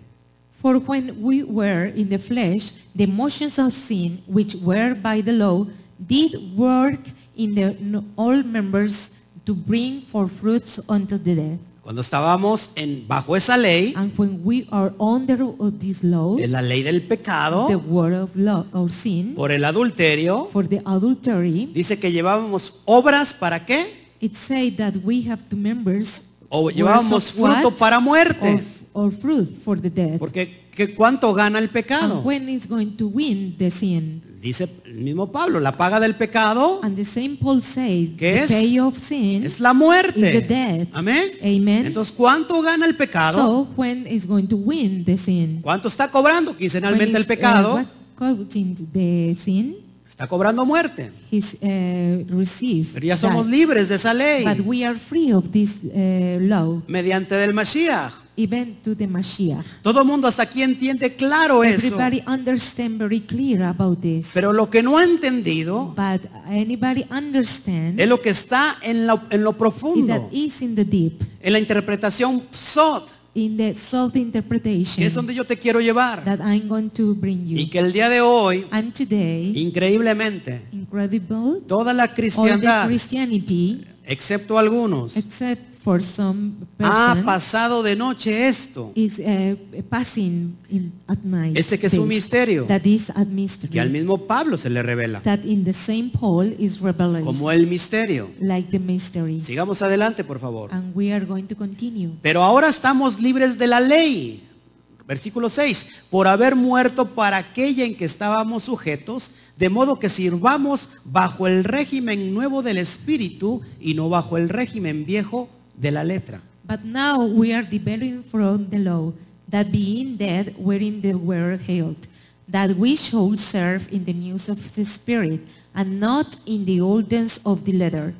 For when we were in the flesh, the motions of sin, which were by the law, did work in the, in all members to bring forth fruits unto the death.
Cuando estábamos en, bajo esa ley,
And when we are under of this law,
es la ley del pecado,
the word of law or sin,
por el adulterio,
for the adultery,
dice que llevábamos obras para qué?
it said that we have two members
O
works
llevábamos
of
fruto
what? Oh.
para muerte.
Or, or fruit for the death.
Porque ¿qué- ¿cuánto gana el
And
pecado?
when is going to win the sin?
Dice el mismo Pablo, la paga del pecado
And the same Paul said,
¿Qué
the
es?
pay of sin.
es la
is the
muerte.
death.
Amén.
Amen.
Entonces, ¿cuánto gana el pecado?
so when is going to win the sin?
¿Cuánto está cobrando quincenalmente
When
el
is, uh,
pecado?
what causing the sin?
Está cobrando muerte.
He's uh, received.
Pero ya
that.
somos libres de esa ley
But we are free of this uh, law,
mediante del Mashiach.
even to the Mashiach.
Todo mundo hasta aquí entiende claro eso.
Everybody understand very clear about this.
Pero lo que no ha entendido
but anybody understand
es lo que está en lo, en lo
it that
profundo,
is in the deep,
en la interpretación psot,
in the soft interpretation
que es donde yo te quiero llevar.
that I'm going to bring you.
Y que el día de hoy,
And today,
increíblemente,
incredible,
toda la
all the
cristiandad,
Christianity,
excepto algunos,
except for some
ha
person,
pasado de noche esto,
is uh, passing in, at night.
Este que es un
this,
misterio.
That is a mystery.
que al mismo Pablo se le revela,
That in the same Paul is revelation,
como el misterio.
like the mystery.
Sigamos adelante, por favor.
And we are going to continue.
Pero ahora estamos libres de la ley. Versículo 6. Por haber muerto para aquella en que estábamos sujetos, de modo que sirvamos bajo el régimen nuevo del espíritu y no bajo el régimen viejo de la letra.
But now we are developing from the law, that being dead wherein they were held, that we should serve in the news of the Spirit, and not in the oldness of the letter.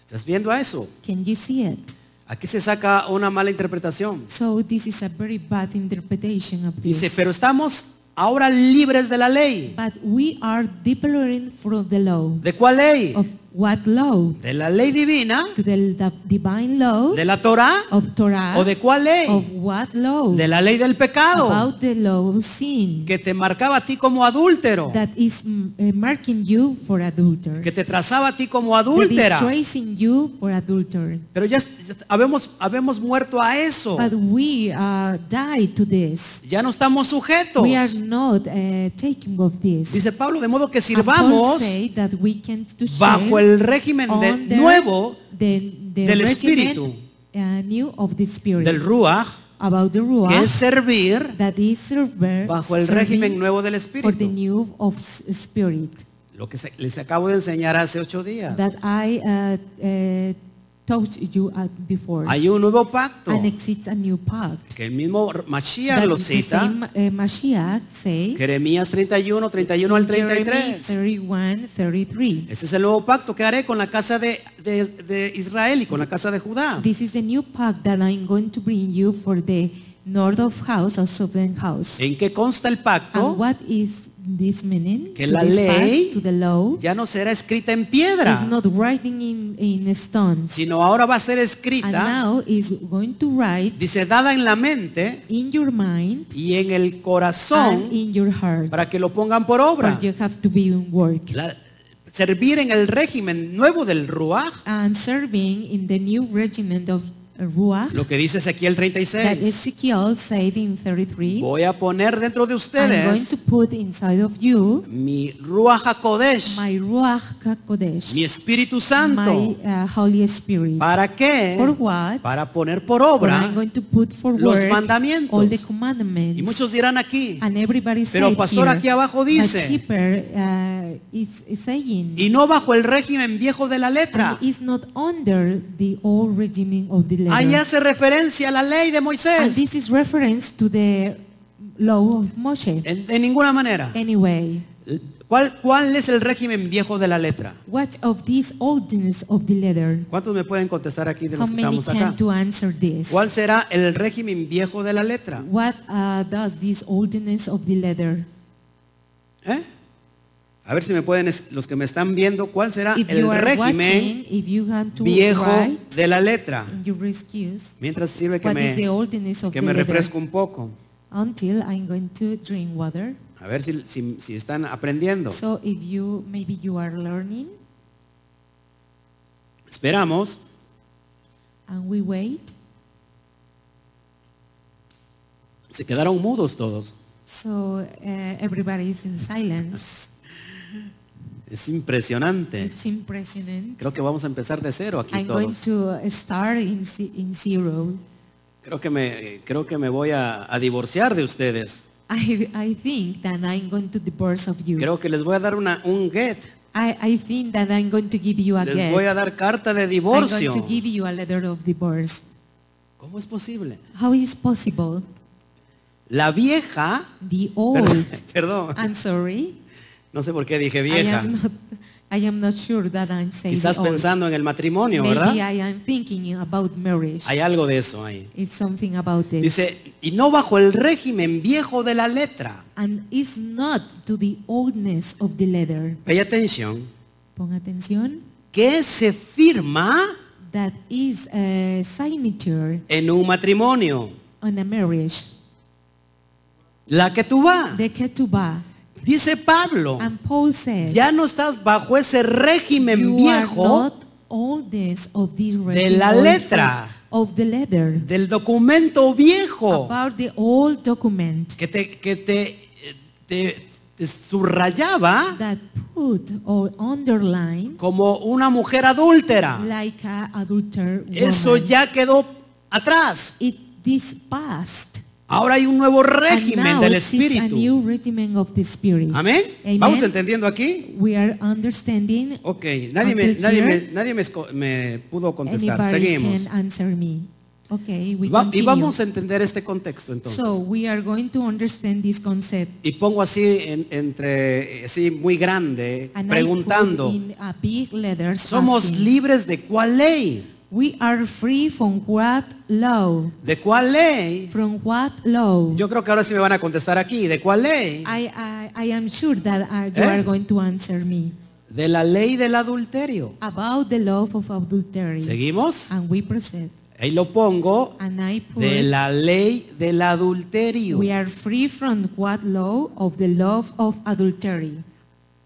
¿Estás viendo a eso?
Can you see it?
Aquí se saca una mala interpretación.
So this is a very bad interpretation of this.
Dice, pero estamos ahora libres de la ley.
But we are developing from the law.
¿De cuál ley?
Of what law?
¿De la ley divina?
To the, the divine law
¿De la Torah?
of Torah.
¿O de cuál
Of
ley?
what law?
De la ley del pecado
About the law of sin.
que te marcaba a ti como adúltero.
That is mm, eh, marking you for adultery.
que te trazaba a ti como
That is
adúltera.
tracing you for adultery.
Pero ya, ya habemos, habemos muerto a eso.
But we uh, die to this.
Ya no estamos sujetos.
We are not uh, taking of this.
Dice Pablo, de modo que
And Paul
sirvamos
say that we can to
bajo
share
el régimen de
on the-
nuevo
the- the
del
regiment,
espíritu.
uh, new of the spirit
del Ruach,
about the ruach
que es servir
that is server-
bajo el
serving
régimen nuevo del
for the
Espíritu.
new of s- spirit
Lo que se- les acabo de enseñar hace ocho días.
that I uh, uh, taught you at before
Hay un nuevo pacto
and exists a new pact
que el mismo Mashiach
that
lo
the
cita.
same uh, Mashiach say
Jeremías 31, 31 al
in Jeremy
33.
31 33
Ese es el nuevo pacto que haré con la casa de, de- de Israel y con la casa de Judá.
This is the new pact that I'm going to bring you for the north of house or southern house.
¿En qué consta el
And
pacto?
what is this meaning?
Que
to
la
this
ley
pact, to the law
Ya no será escrita en
is
piedra,
not writing in, in stones.
sino ahora va a ser
And
escrita,
now is going to write
dice, dada en la mente
in your mind
y en el
and
corazón
in your heart.
para que lo pongan por
For
obra.
you have to be in work.
La- servir en el régimen nuevo del Ruach,
And serving in the new regiment of Ruach
lo que dice Ezequiel
that
36.
Ezekiel said in 33.
Voy a poner dentro de
I'm going to
ustedes
put inside of you
mi Ruach HaKodesh,
my Ruach HaKodesh.
mi Espíritu
my
Santo.
uh, Holy Spirit.
¿Para qué?
For what?
Para poner por
For
obra.
I'm going to put forward
los mandamientos.
all the commandments.
Y muchos dirán aquí,
and everybody
Pero,
said
pastor,
here,
aquí abajo
that
dice-
keeper, uh, is, is saying,
y no bajo el régimen viejo de la letra.
and is not under the old regime of the letter.
Ahí hace referencia a la ley de
and
Moisés.
this is reference to the law of Moshe.
En- de ninguna manera.
Eh. Anyway,
¿Cuál, ¿Cuál es el régimen viejo de la letra?
what of this oldness of the letter?
¿Cuántos me pueden contestar aquí de
How
los que
many
estamos
can
acá?
to answer this?
¿Cuál será el régimen viejo de la letra?
What uh, does this oldness of the letter?
¿Eh? A ver si me pueden, es- los que me están viendo, ¿cuál será
If
Ah, el
you are
régimen
watching, if you have to
viejo
write
de la letra?
in your excuse,
Mientras sirve que
what is the
me,
oldness of
que
the
me
letter?
refresco un poco.
until I'm going to drink water.
A ver si, si- si están aprendiendo.
So if you, maybe you are learning
Esperamos.
and we wait.
Se quedaron mudos todos.
So uh, everybody is in silence.
Es impresionante.
It's impressionant.
Creo que vamos a empezar de cero aquí
I'm going
todos.
to uh, start in, ze- in zero.
Creo que me, creo que me voy a, a divorciar de ustedes.
I, I think that I'm going to divorce of you.
Creo que les voy a dar una, un get.
I, I think that I'm going to give you a
Les voy a
get.
dar carta de
I'm
divorcio.
going to give you a letter of divorce.
¿Cómo es posible?
How is possible?
La vieja,
The
perdón,
old.
perdón,
I'm sorry.
no sé por qué dije
I
vieja.
am not. I am not sure that I'm saying
Quizás
old.
pensando en el matrimonio,
Maybe
¿verdad?
I am thinking about marriage.
Hay algo de eso ahí.
It's something about it.
Dice, y no bajo el régimen viejo de la letra.
and it's not to the oldness of the letter.
Pay atención.
Pon atención.
Que se firma
That is a signature
en un matrimonio.
on a marriage.
La que tú vas.
The ketubah.
Dice Pablo,
And Paul said,
ya no estás bajo ese régimen
you are
viejo
not oldness of this
De la
regime,
letra. Oh.
Of the letter.
del documento viejo
About the old document
que te, que te, eh, te- te subrayaba
that put or underline
como una mujer adúltera.
like a adulterer
Ah. Eso
woman.
ya quedó atrás.
It this past.
Ahora hay un nuevo
and
régimen
now
del
it's a
espíritu.
new regimen of the spirit.
Amén.
Amen.
¿Vamos entendiendo aquí?
We are understanding.
Ok, nadie, me,
Until
nadie, me,
here.
nadie me esco- me pudo contestar.
Anybody
Seguimos.
can answer me. Okay, we
Y va- y
continue.
vamos a entender este contexto entonces.
so we are going to understand this concept.
Y pongo así en- entre así muy grande
And I
preguntando,
put in a big letters
¿somos
asking,
libres de cuál ley?
We are free from what law?
¿De cuál ley?
From what law?
Yo creo que ahora sí me van a contestar aquí, ¿de cuál ley?
Ah. I, I, I am sure that uh, you
Eh?
are going to answer me
De la ley del adulterio.
about the law of adultery.
¿Seguimos?
And we proceed.
Ahí lo pongo
And I put,
de la ley del adulterio.
we are free from what law of the law of adultery.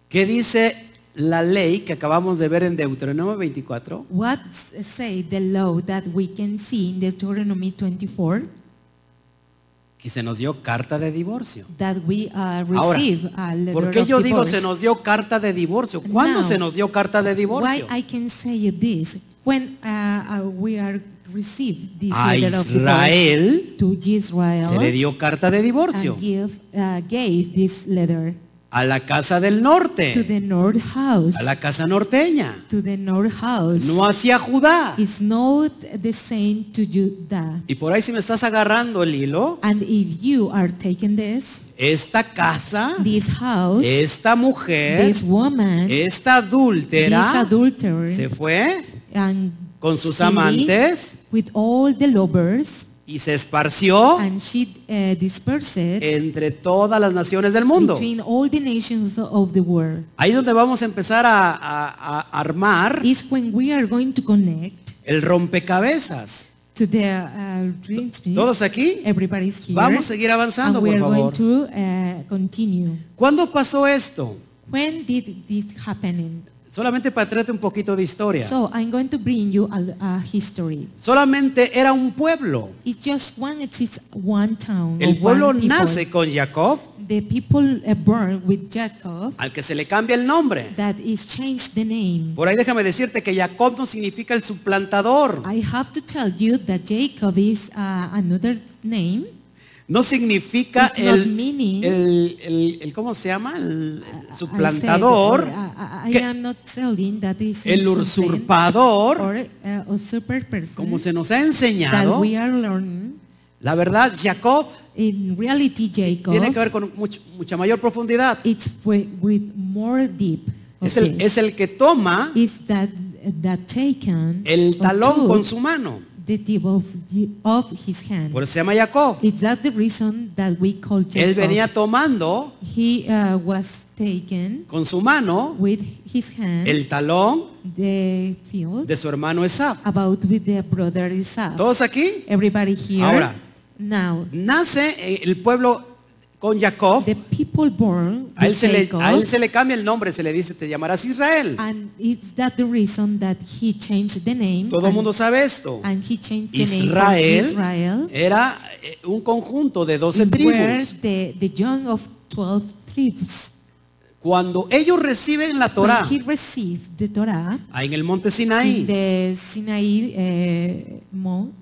¿Qué dice la ley que acabamos de ver en Deuteronomio 24?
What s- say the law that we can see in Deuteronomy 24
Que se nos dio carta de divorcio.
that we uh,
Ahora,
receive a letter
¿por qué
of
yo digo
divorce?
se nos dio carta de divorcio? ¿Cuándo
Now,
se nos dio carta de
Why
divorcio?
I can say this when uh, uh, we are receive this
A
letter of divorce
Israel
to Israel
se le dio carta de divorcio.
and give, uh, gave this letter
A la casa del
to
norte,
the North House
Eh. a la casa norteña.
to the North House
No hacia Judá.
is not the same to Judah.
Y por ahí si me estás agarrando el hilo,
And if you are taking this,
esta casa,
this house,
esta mujer,
this woman,
esta
this
adúltera,
adulterer,
se fue
and
con sus
she
amantes
with all the lovers,
y se esparció
and she uh, dispersed
entre todas las naciones del mundo.
between all the nations of the world.
Ahí es donde vamos a empezar a, a- a armar
Is when we are going to connect
el rompecabezas.
to the uh, dreams.
¿Todos aquí?
Em. Everybody's here.
Vamos a seguir avanzando,
and we
por
are
favor.
going to uh, continue.
¿Cuándo pasó esto?
When did this happen?
Solamente para traerte un poquito de historia.
So I'm going to bring you a, a history.
Solamente era un pueblo.
It's just one. It's one town.
El
or one
pueblo
people.
nace con Jacob,
The people uh, born with Jacob.
al que se le cambia el nombre.
that is changed the name.
Por ahí déjame decirte que Jacob no significa el suplantador.
I have to tell you that Jacob is uh, another name.
No significa
It's not
el,
meaning.
el- el- el- ¿cómo se llama? El
I- I said,
suplantador,
or, uh, I, I
que-
am not telling that is
el
something
usurpador,
or uh, usurper person
como se nos ha
that
enseñado.
we are learning.
La verdad, Jacob
In reality, Jacob,
tiene que ver con much- mucha mayor profundidad.
it's wi- with more deep. of
Es el,
this.
es el que toma
Is that that taken
el
or
talón
took
con su mano.
the tip of, the- of his hand?
Por eso se llama Jacob.
Is that the reason that we call Jacob?
Él venía tomando
He uh, was taken
con su mano
with his hand
el talón
the field
de su hermano Esaf.
about with their brother Isaac.
¿Todos aquí?
Everybody here.
Ahora,
Now,
Nace el pueblo con Jacob.
the people born
A él,
with
se le,
Jacob,
a él se le cambia el nombre, se le dice, te llamarás Israel.
and is that the reason that he changed the name?
Todo el
and,
mundo sabe esto.
and he changed the name from
Israel
Israel,
era eh, un conjunto de 12
where
tribus.
the, the young of 12 tribes.
Cuando ellos reciben la Torah
When he received the Torah
ah, en el monte
in
Sinaí,
the Sinai uh, Mount,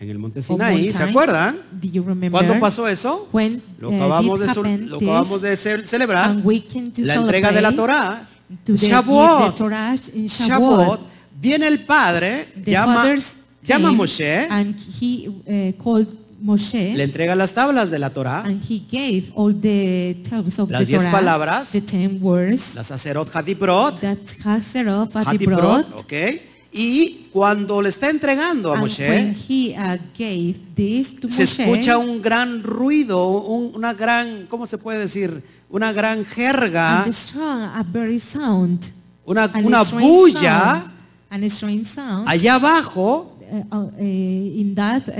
en el monte
or
Sinaí, ¿se
mountain.
acuerdan?
Do you remember?
¿Cuándo pasó eso?
When
Lo
uh,
acabamos
did
de, sol-
happen
lo
this,
acabamos de ce- celebrar,
and we can to
la entrega de la
celebrate
Torah.
to the,
Shavuot,
the Torah in
Shavuot,
Shavuot.
viene el padre,
The
llama,
fathers
llama a
came
Moshe,
and he uh, called Moshe
le entrega las tablas de la Torah,
and he gave all the tables of
Las
the
diez
Torah,
palabras.
the ten words
las sacerot Hadibrot,
that Haserov had brought.
Hatiprot, ok. Y cuando le está entregando a
and when
Moshe,
he uh, gave this to
se
Ah, Moshe,
escucha un gran ruido, un- una gran, ¿cómo se puede decir? Una gran jerga,
and the strong, a very sound,
una,
and
una
a strange
bulla
sound, and a strange sound
allá abajo
uh, uh, uh, in that uh,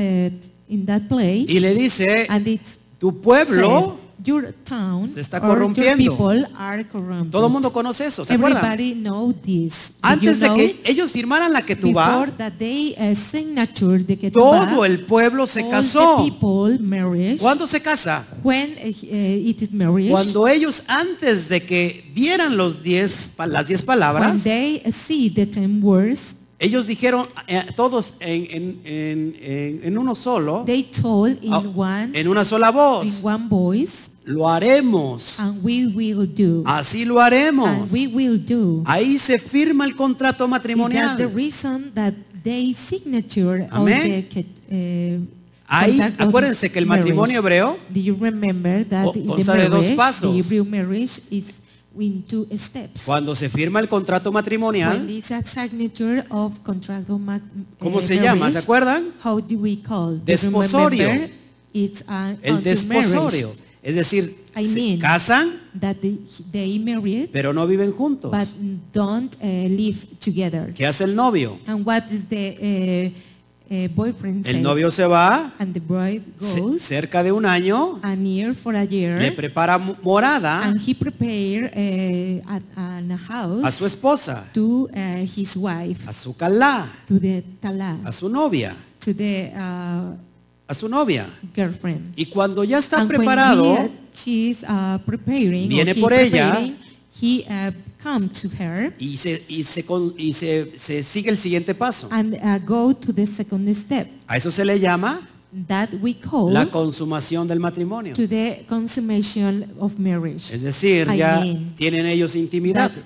in that place,
y le dice,
and it's
tu pueblo,
said, your town
se está
or your
corrompiendo.
people are corrumpted.
todo el mundo conoce eso, ¿se acuerdan?
Everybody know this. Do you
Antes de
know?
que ellos firmaran la
before
Ketubá,
that they uh, signature the Ketubah,
todo el pueblo se
all
casó.
the people marriage.
¿Cuándo se casa?
When uh, uh, it is marriage,
Cuando ellos antes de que vieran los diez, pa- las diez
when
palabras,
they uh, see the ten words,
Ellos dijeron eh, todos en, en- en- en- en uno solo,
they told in
ah,
one
en una sola
in
voz,
one voice,
lo haremos,
and we will do,
así lo haremos.
and we will do.
Ahí se firma el contrato
Is that the
matrimonial.
reason that they signature of the
Amén.
Ket- uh,
Ahí,
contract of
acuérdense que el matrimonio
marriage.
hebreo
Do you remember that
Co-
in the
consta de dos
marriage,
pasos.
the Hebrew marriage is in two steps?
Cuando se firma el contrato
When
matrimonial,
is a signature of contract of ma-
¿cómo
eh,
se llama? ¿Se
marriage,
acuerdan?
How do we call? Do you
Desposorio.
remember? It's an
El
until
desposorio.
marriage
Es decir,
I
se
mean.
casan,
that they, they married
pero no viven juntos.
but don't uh, live together.
¿Qué hace el novio?
And what is the uh, uh, boyfriend say?
El novio se va
and the bride
ce-
goes
cerca de un año,
a year for a
le
year,
prepara mo- morada
and he prepared uh, at an house
a su esposa.
to uh, his wife,
a su calá,
to the tala,
a su novia,
to the uh,
a su novia.
girlfriend.
Y cuando ya está
And when
preparado,
he, uh, she's uh, preparing, or
viene
he
por ella.
preparing, he uh, come to her
y, se, y, se, con- y se, se sigue el siguiente paso.
and uh, go to the second step
A eso se le llama
that we call
la consumación del matrimonio.
to the consummation of marriage.
Es decir,
I
ya
mean,
tienen ellos intimidad.
that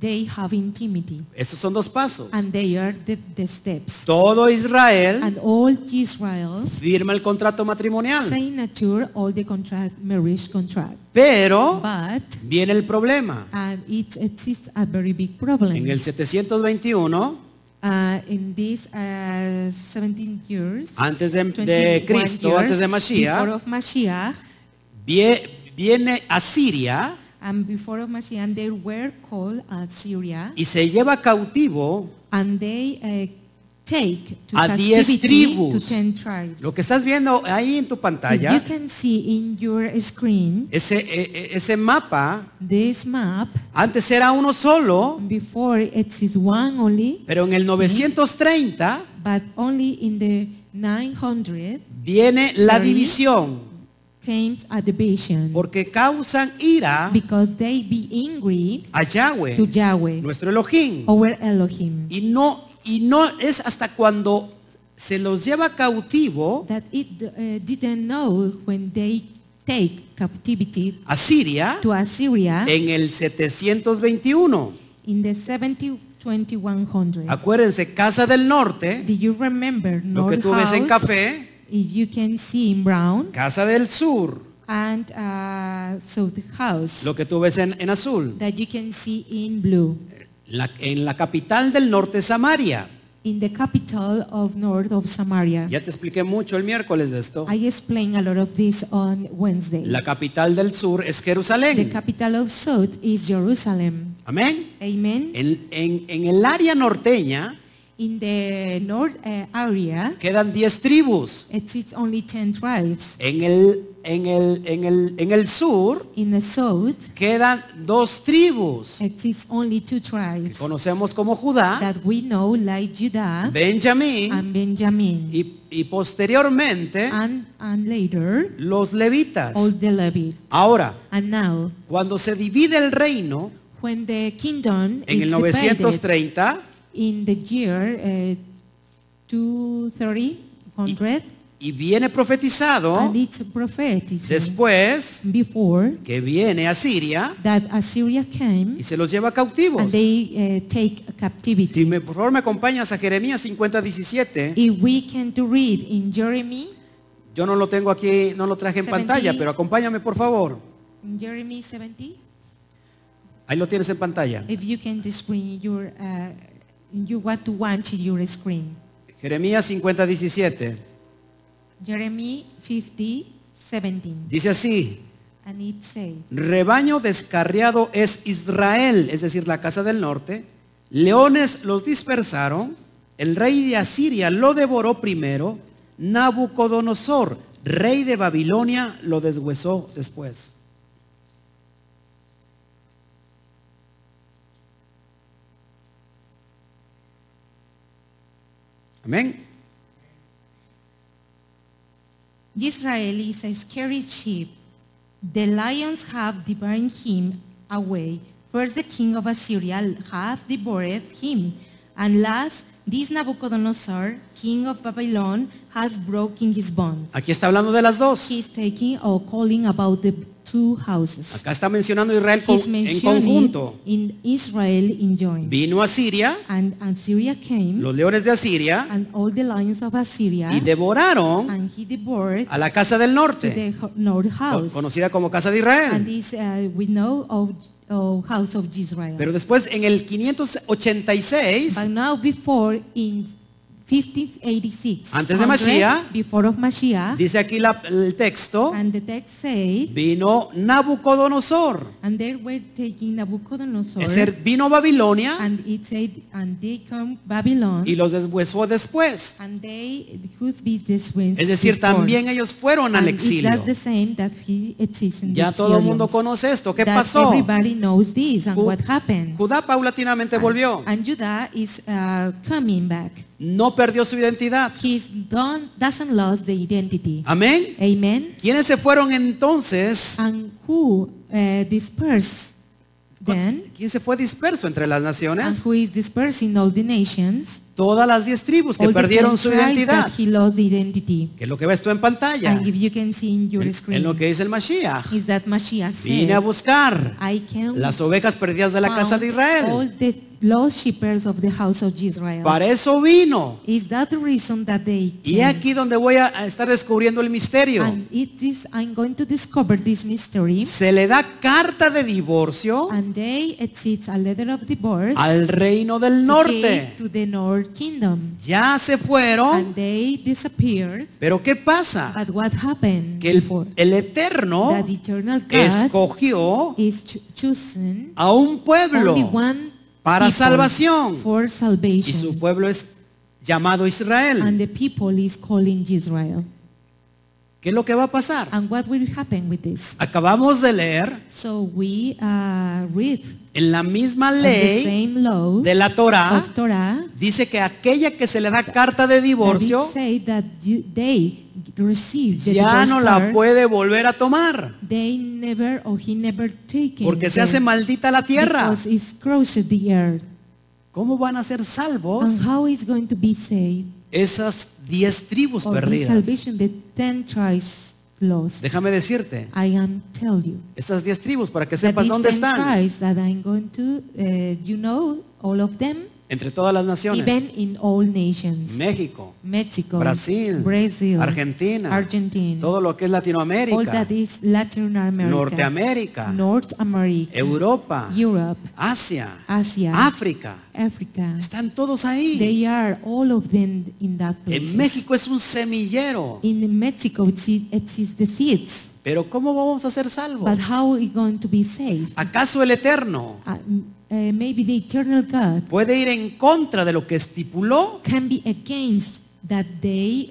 they have intimacy,
Estos son dos pasos.
and they are the, the steps.
Todo Israel
And all Israel
firma el contrato matrimonial,
signature all the contract marriage contract,
pero
but
viene el problema.
and it exists a very big problem.
En el 721,
Uh, in these uh, 17 years,
antes de, de
21
Cristo,
years
antes de
before
Mashiach,
of Mashiach,
vie- viene Asiria,
and before of Mashiach, and they were called as Syria,
y se lleva cautivo
and they uh, take to
A diez
captivity to
tribus.
10 tribes.
lo que estás viendo ahí en tu
You
pantalla
can see in your screen
ese e- e- ese mapa
this map.
antes era uno solo
Before it is one only,
pero en el 930
but only in the 900
viene la
Sorry.
división
came a division
porque causan ira
because they be angry
a
to
Yahweh
Yahweh, Oh.
nuestro Elohim
our Elohim,
y no y no es hasta cuando se los lleva cautivo
that it uh, didn't know when they take captivity
a Siria
to Assyria
en el 721
in the 70 2100.
acuérdense casa del norte
Do you remember
lo que
North
tú ves en
House?
café
If you can see in brown
Casa del Sur,
and uh, South House
lo que tú ves en, en azul.
that you can see in blue.
La- en la capital del norte, Samaria.
in the capital of north of Samaria.
Ya te expliqué mucho el miércoles de esto.
I explained a lot of this on Wednesday.
La capital del sur es
the
Jerusalén.
capital of south is Jerusalem.
Amén.
Amen.
En, en- en el área norteña
In the north uh, area,
Quedan 10 tribus.
it is only 10 tribes.
En el, en el, en el, en el sur
In the south,
quedan dos tribus.
it is only two
que
tribes
conocemos como Judá,
that we know like Judah
Benjamín
and Benjamin.
y, y posteriormente
And, and later,
los levitas.
all the Levites.
Ah. Ahora,
And now,
cuando se divide el reino
when the kingdom
en el
is divided
930
in the year uh, 230, 100,
y viene profetizado
and it's prophetic
después
before
que viene a Siria
that Assyria came
y se los lleva
and
cautivos.
they uh, take captivity.
Si me, por favor me acompañas a Jeremías 50, 17.
If we can to read in Jeremy,
Yo no lo tengo aquí, no lo traje en
70.
pantalla, pero acompáñame por favor.
in Jeremy 70,
Ahí lo tienes en pantalla.
if you can screen your, uh, you want to watch your screen.
Jeremías 50, 17.
Jeremy 50, 17,
Dice así,
and it says,
Rebaño descarriado es Israel, es decir, la casa del norte. Leones los dispersaron. El rey de Asiria lo devoró primero. Nabucodonosor, rey de Babilonia, lo deshuesó después. Amén.
Israel is a scary sheep. The lions have devoured him away. First the king of Assyria have devoured him. And last, this Nabucodonosor, king of Babylon, has broken his bonds.
Aquí está hablando de las dos.
He is taking or calling about the two houses.
Acá está mencionando Israel con-
He's
en
mentioning
conjunto.
in Israel in joint.
Vino a Siria,
And Assyria came,
los leones de Asiria,
and all the lions of Assyria,
y devoraron
and he devoured
a la casa del
to
norte,
the ho- north
co-
house.
conocida como casa de
And
Israel.
this uh, we know of, of house of Israel.
Pero después en el 586,
but now before in 1586,
Antes de Mashiach,
before of Mashiach,
dice aquí la- el texto,
and the text says,
vino Nabucodonosor.
and they were taking Nabucodonosor,
Es decir, vino Babilonia
and it said, and they come Babylon,
y los deshuesó después.
and they could be this wins.
Es decir,
before.
también ellos fueron al
And it's
exilio.
just the same that he exists in
Ya
the
todo el mundo
exilios.
conoce esto. ¿Qué
That
pasó?
Everybody knows this and
Ju-
what happened.
Judá paulatinamente volvió.
And Judah is uh, coming back.
No perdió su identidad.
He don't, doesn't lose the identity.
Amén.
Amen.
¿Quiénes se fueron entonces?
And who uh, dispersed then? Ah.
¿Quién se fue disperso entre las
And
naciones?
who is dispersing all the nations?
Todas las diez tribus que
all the
perdieron su
tribes
identidad.
That he lost the identity.
Que es lo que ves tú en pantalla.
And if you can see in your
En,
screen,
en lo que dice el Mashiach.
is that Mashiach
Vine a
said,
buscar
I can
las ovejas perdidas de la
found
casa de
all
Israel.
the lost shepherds of the house of Israel.
Para eso vino.
is that the reason that they
Y
came?
aquí donde voy a a estar descubriendo el misterio.
And it is, I'm going to discover this mystery.
Se le da carta de divorcio
And they exit a letter of divorce
al reino del
to
norte.
give to the North Kingdom.
Ya se fueron.
And they disappeared.
Pero ¿qué pasa?
But what happened
Que el,
before?
el Eterno
that eternal God
escogió
is cho- chosen
a un pueblo.
only one
para
people
salvación.
for
Y
salvation.
su pueblo es llamado Israel.
and the people is calling Israel.
¿Qué es lo que va a pasar?
And what will happen with this?
Acabamos de leer
So we uh, read
en la misma
on the
ley
same law
de la Torá,
of Torah
dice que aquella que se le da carta de
that it
divorcio
say that you- they received the
ya
divorce
no la
card.
puede volver a tomar
They never or he never taken
porque se hace
them
maldita la tierra.
Because it's crossed the earth.
¿Cómo van a ser
And
salvos
how is going to be saved
esas diez tribus
or be
perdidas?
salvation the ten tribes lost?
Déjame decirte,
I am tell you.
estas diez tribus para que
that
sepas
these
dónde
10
están
tribes that I'm going to, uh, you know, all of them,
entre todas las naciones.
even in all nations.
México,
Mexico,
Brasil,
Brazil,
Argentina,
Argentina,
todo lo que es
all
Latinoamérica,
that is Latin America,
Norteamérica,
North America,
Europa,
Europe,
Asia,
Asia,
África,
Africa.
están todos ahí.
They are all of them in that place.
En México es un semillero,
In Mexico, it is, it is the seeds.
pero ¿cómo vamos a ser
But
salvos?
how are we going to be saved?
¿Acaso el Eterno
Uh, uh, maybe the eternal God
puede ir en contra de lo que estipuló
can be against that they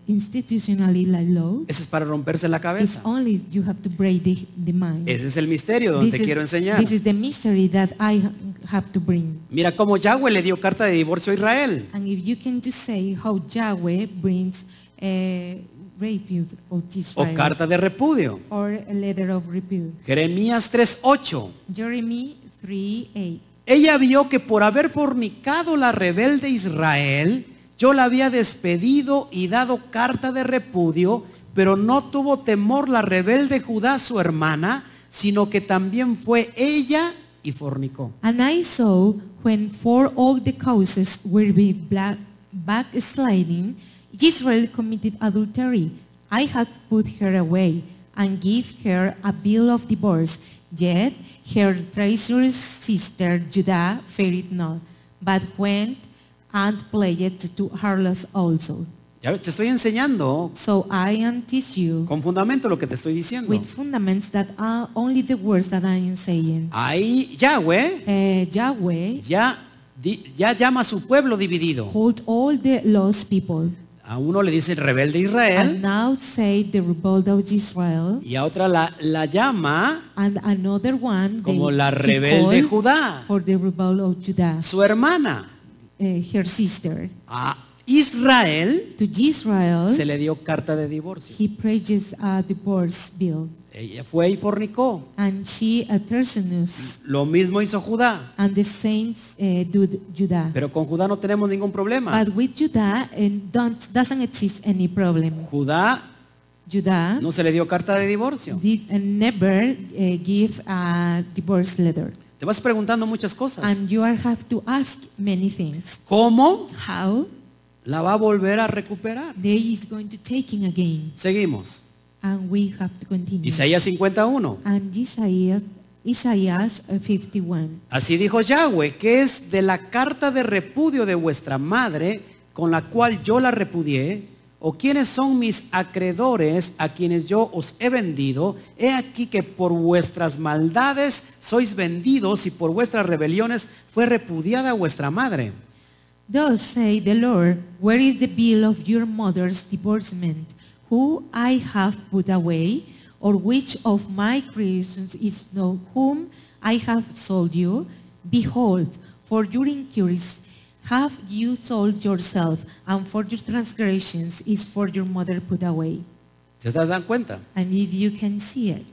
uh, institutionally like law.
Ese es para romperse la
It's
cabeza.
only you have to break the, the mind.
Ese es el misterio donde
This
te
is,
quiero enseñar.
this is the mystery that I ha- have to bring.
Mira cómo Yahweh le dio carta de divorcio a Israel.
And if you can just say how Yahweh brings a rebuke of
O
Israel
carta de repudio.
or a letter of rebuke.
Jeremías 3.8.
Jeremy 3, 8.
Ella vio que por haber fornicado la rebelde Israel, yo la había despedido y dado carta de repudio, pero no tuvo temor la rebelde Judá, su hermana, sino que también fue ella y fornicó.
And I saw when four of the causes were be black, backsliding, Israel committed adultery. I had put her away and give her a bill of divorce. Yet her treacherous sister Judah feared not, but went and pledged to harlots also.
Ya ves, te estoy enseñando
So I am teach you
con fundamento lo que te estoy diciendo.
with fundaments that are only the words that I am saying.
Ahí Yahweh
Eh, Yahweh
ya, di- ya llama a su pueblo dividido.
called all the lost people
A uno le dice rebelde
and
Israel
now say the revolt of Israel
y a otra la, la llama
and another one they-
como la
he
rebelde
called
Judá,
for the revolt of Judah
su hermana.
eh, her sister
A Israel
to Israel
se le dio carta de divorcio.
he preaches a divorce bill
Ella fue y fornicó.
and she a tercenus
Lo mismo hizo Judá,
and the saints eh, do th- Judah
pero con Judá no tenemos ningún problema.
but with Judah and don't doesn't exist any problem
Judá
Judah
no se le dio carta de divorcio.
did uh, never eh, give a divorce letter
Te vas preguntando muchas cosas.
And you are have to ask many things.
¿Cómo
How
la va a volver a recuperar?
they is going to taking again,
Seguimos.
and we have to continue.
Isaías 51.
And Isaiah, Isaiah 51.
Así dijo Yahweh, que es de la carta de repudio de vuestra madre, con la cual yo la repudié, o quienes son mis acreedores a quienes yo os he vendido, he aquí que por vuestras maldades sois vendidos y por vuestras rebeliones fue repudiada vuestra madre.
Thus say the Lord, where is the bill of your mother's divorcement, who I have put away, or which of my creations is no whom I have sold you? Behold, for your inquiries have you sold yourself, and for your transgressions is for your mother put away.
¿Te das dan cuenta?
And if you can see it,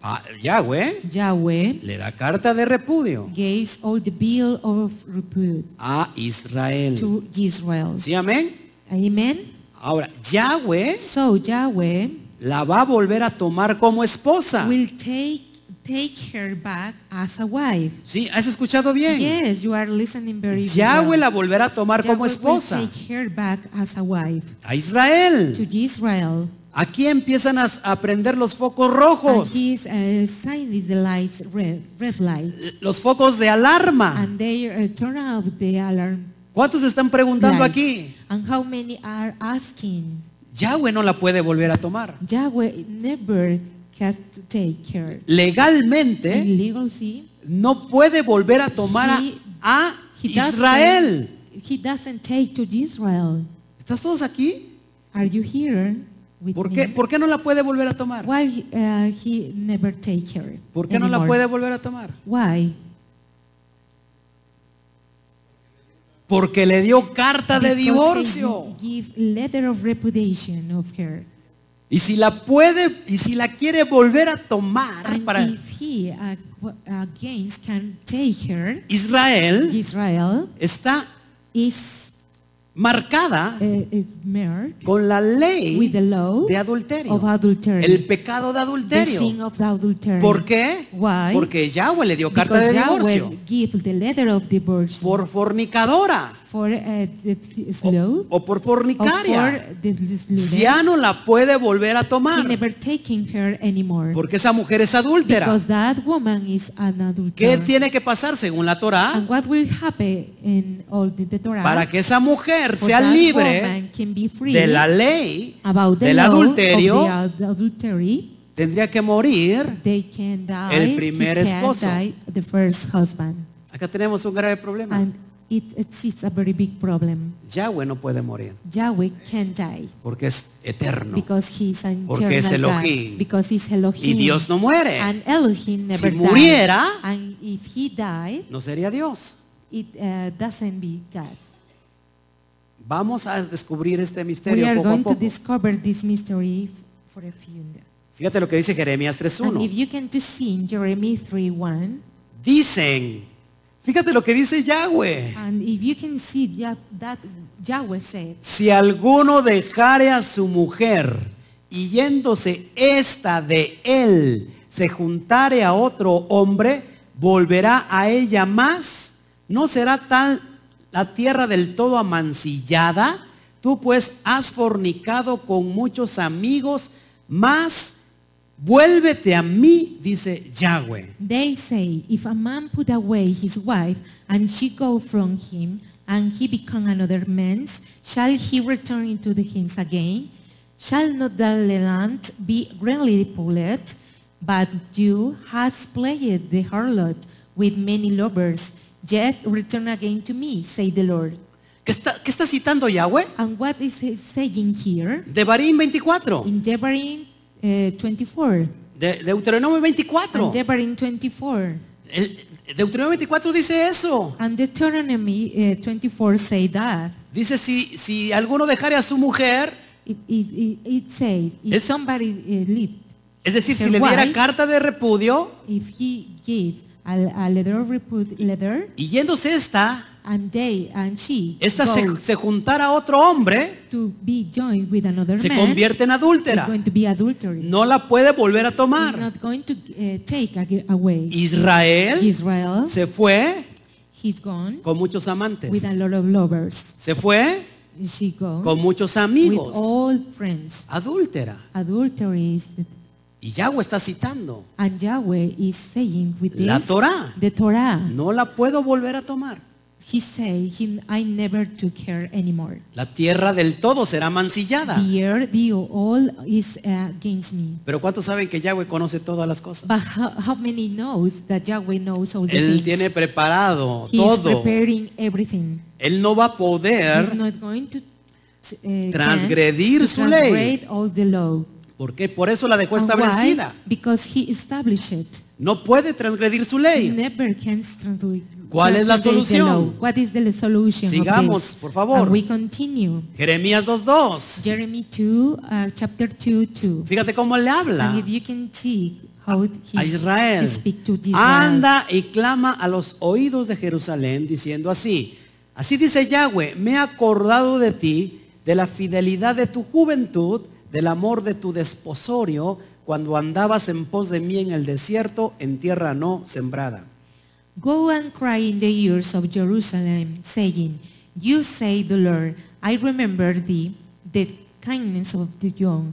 Ah, Yahweh
Yahweh
le da carta de repudio
gave all the bill of repute
a Israel.
to Israel.
¿Sí, amén?
Amen?
Ahora, Yahweh
So Yahweh
la va a volver a tomar como esposa.
will take take her back as a wife.
Sí, ¿has escuchado bien?
Yes, you are listening very
Yahweh
well.
la volverá a tomar como
Yahweh will
esposa
take her back as a wife
a
to
Israel.
Israel.
Aquí empiezan a s- a prender los focos
And
rojos,
his uh, sign is the lights, red, red lights.
eh, los focos de alarma.
And they uh, turn out the alarm
¿Cuántos están preguntando
lights.
aquí?
And how many are asking?
Yahweh no la puede volver a tomar.
Yahweh never had to take her.
Legalmente
In legal, see?
no puede volver a tomar a,
He-
a
He doesn't-
Israel.
He doesn't take to Israel.
¿Estás todos aquí?
Are you here with
¿Por
me?
qué, ¿Por qué no la puede volver a tomar?
Why uh, he never take her?
¿Por qué no la
anymore?
puede volver a tomar?
Why?
Porque le dio carta de
Because they
divorcio.
Give letter of repudiation of her.
Y si la puede, y si la quiere volver a tomar
And
para
if he uh, qu- against can take her,
Israel,
Israel
está
is
marcada
uh, is marred
con la
with the
ley
law
de adulterio,
of adultery.
el pecado de
the sin
adulterio.
of adultery.
¿Por qué?
Why?
Porque Yahweh le dio carta
Because
de
Yahweh
divorcio
give the letter of divorce
por fornicadora
for uh, the, the slow
o por
or
fornicaria.
for the, the slow.
Ya no la puede volver a
he
tomar
never taking her anymore
porque esa mujer es adúltera.
because that woman is an
¿Qué
adulterer.
tiene que pasar según la Torá
And what will happen in all the, the Torah
para que esa mujer
for
sea
that
libre
woman can be free
de la ley
about the
del
law
adulterio?
of the ad- adultery
tendría que morir.
They can die.
El primer
he can
esposo.
die the first husband.
Acá tenemos un grave problema.
And it, it's, it's a very big problem.
Yahweh no puede morir
Yahweh can die
porque es eterno.
because he is an
Porque
eternal
es Elohim.
God. Because he's Elohim.
Y Dios no muere.
And Elohim never
Eh. Si muriera,
died. And if he died,
No sería Dios.
it uh, doesn't be God.
Vamos a descubrir este
We
misterio
are
poco a
going to
poco.
discover this mystery f- for a few.
Fíjate lo que dice Jeremías
And if
3.1.
you can to see in Jeremiah 3 1,
Dicen, fíjate lo que dice Yahweh.
and if you can see Ya- that Yahweh said,
Si alguno dejare a su mujer y yéndose esta de él, se juntare a otro hombre, volverá a ella más, ¿no será tal la tierra del todo amancillada? Tú pues has fornicado con muchos amigos, más vuélvete a mí, dice Yahweh.
They say, if a man put away his wife, and she go from him, and he become another man's, shall he return into the his again? Shall not the land be greatly polluted? But you has played the harlot with many lovers, yet return again to me, say the Lord.
¿Qué está, qué está citando Yahweh?
And what is he saying here?
De Barín 24,
In Devarim uh, 24.
de Deuteronomio 24.
And Devarim 24.
El- Deuteronomio 24 dice eso.
And Deuteronomy uh, 24 say that.
Dice, si, si alguno dejare a su mujer,
It, it, it, it said, if
Es-
somebody uh, lived,
es decir, si
Her
le diera
wife.
carta de repudio,
if he gave a, a letter of repute letter,
y yéndose esta,
and they and she
esta se,
goes
se juntara a otro hombre,
to be joined with another
se
man,
convierte en
is
adúltera.
going to be adultery.
No la puede volver a
He's
tomar.
not going to uh, take ag- away
Israel
Israel.
se fue
He's gone
con muchos
with
amantes.
a lot of lovers.
Se fue
She goes
con muchos
with
amigos.
all friends.
Adúltera.
Adultery is
Y Yahweh está citando.
And Yahweh is saying with this,
La Torah.
the Torah,
No la puedo volver a tomar.
he say, he, I never took her anymore.
La tierra del todo será mancillada.
The earth, the all is uh, against me.
Pero ¿cuántos saben que Yahweh conoce todas las cosas?
But how, how many knows that Yahweh knows all the
Él
things?
tiene preparado
he is
todo.
preparing everything.
Él no va a
He's
poder.
not going to uh,
Transgredir
can't to
su ley.
transgrade all the law.
¿Por qué? Por eso la dejó
And
establecida.
why? Because he established it.
No puede transgredir su
He
ley.
never can transgrade.
¿Cuál es la
transgrade the law.
solución?
What is the solution? of this?
Sigamos, por favor.
And we continue.
Jeremías 2.2.
Jeremy 2, uh, chapter 2, 2.
Fíjate cómo le
And
habla
if you can see how he
a Israel.
speak to Israel.
Anda y clama a los oídos de Jerusalén diciendo así. Así dice Yahweh, me he acordado de ti, de la fidelidad de tu juventud, del amor de tu desposorio, cuando andabas en pos de mí en el desierto, en tierra no sembrada.
Go and cry in the ears of Jerusalem, saying, You say the Lord, I remember thee, the kindness of the young,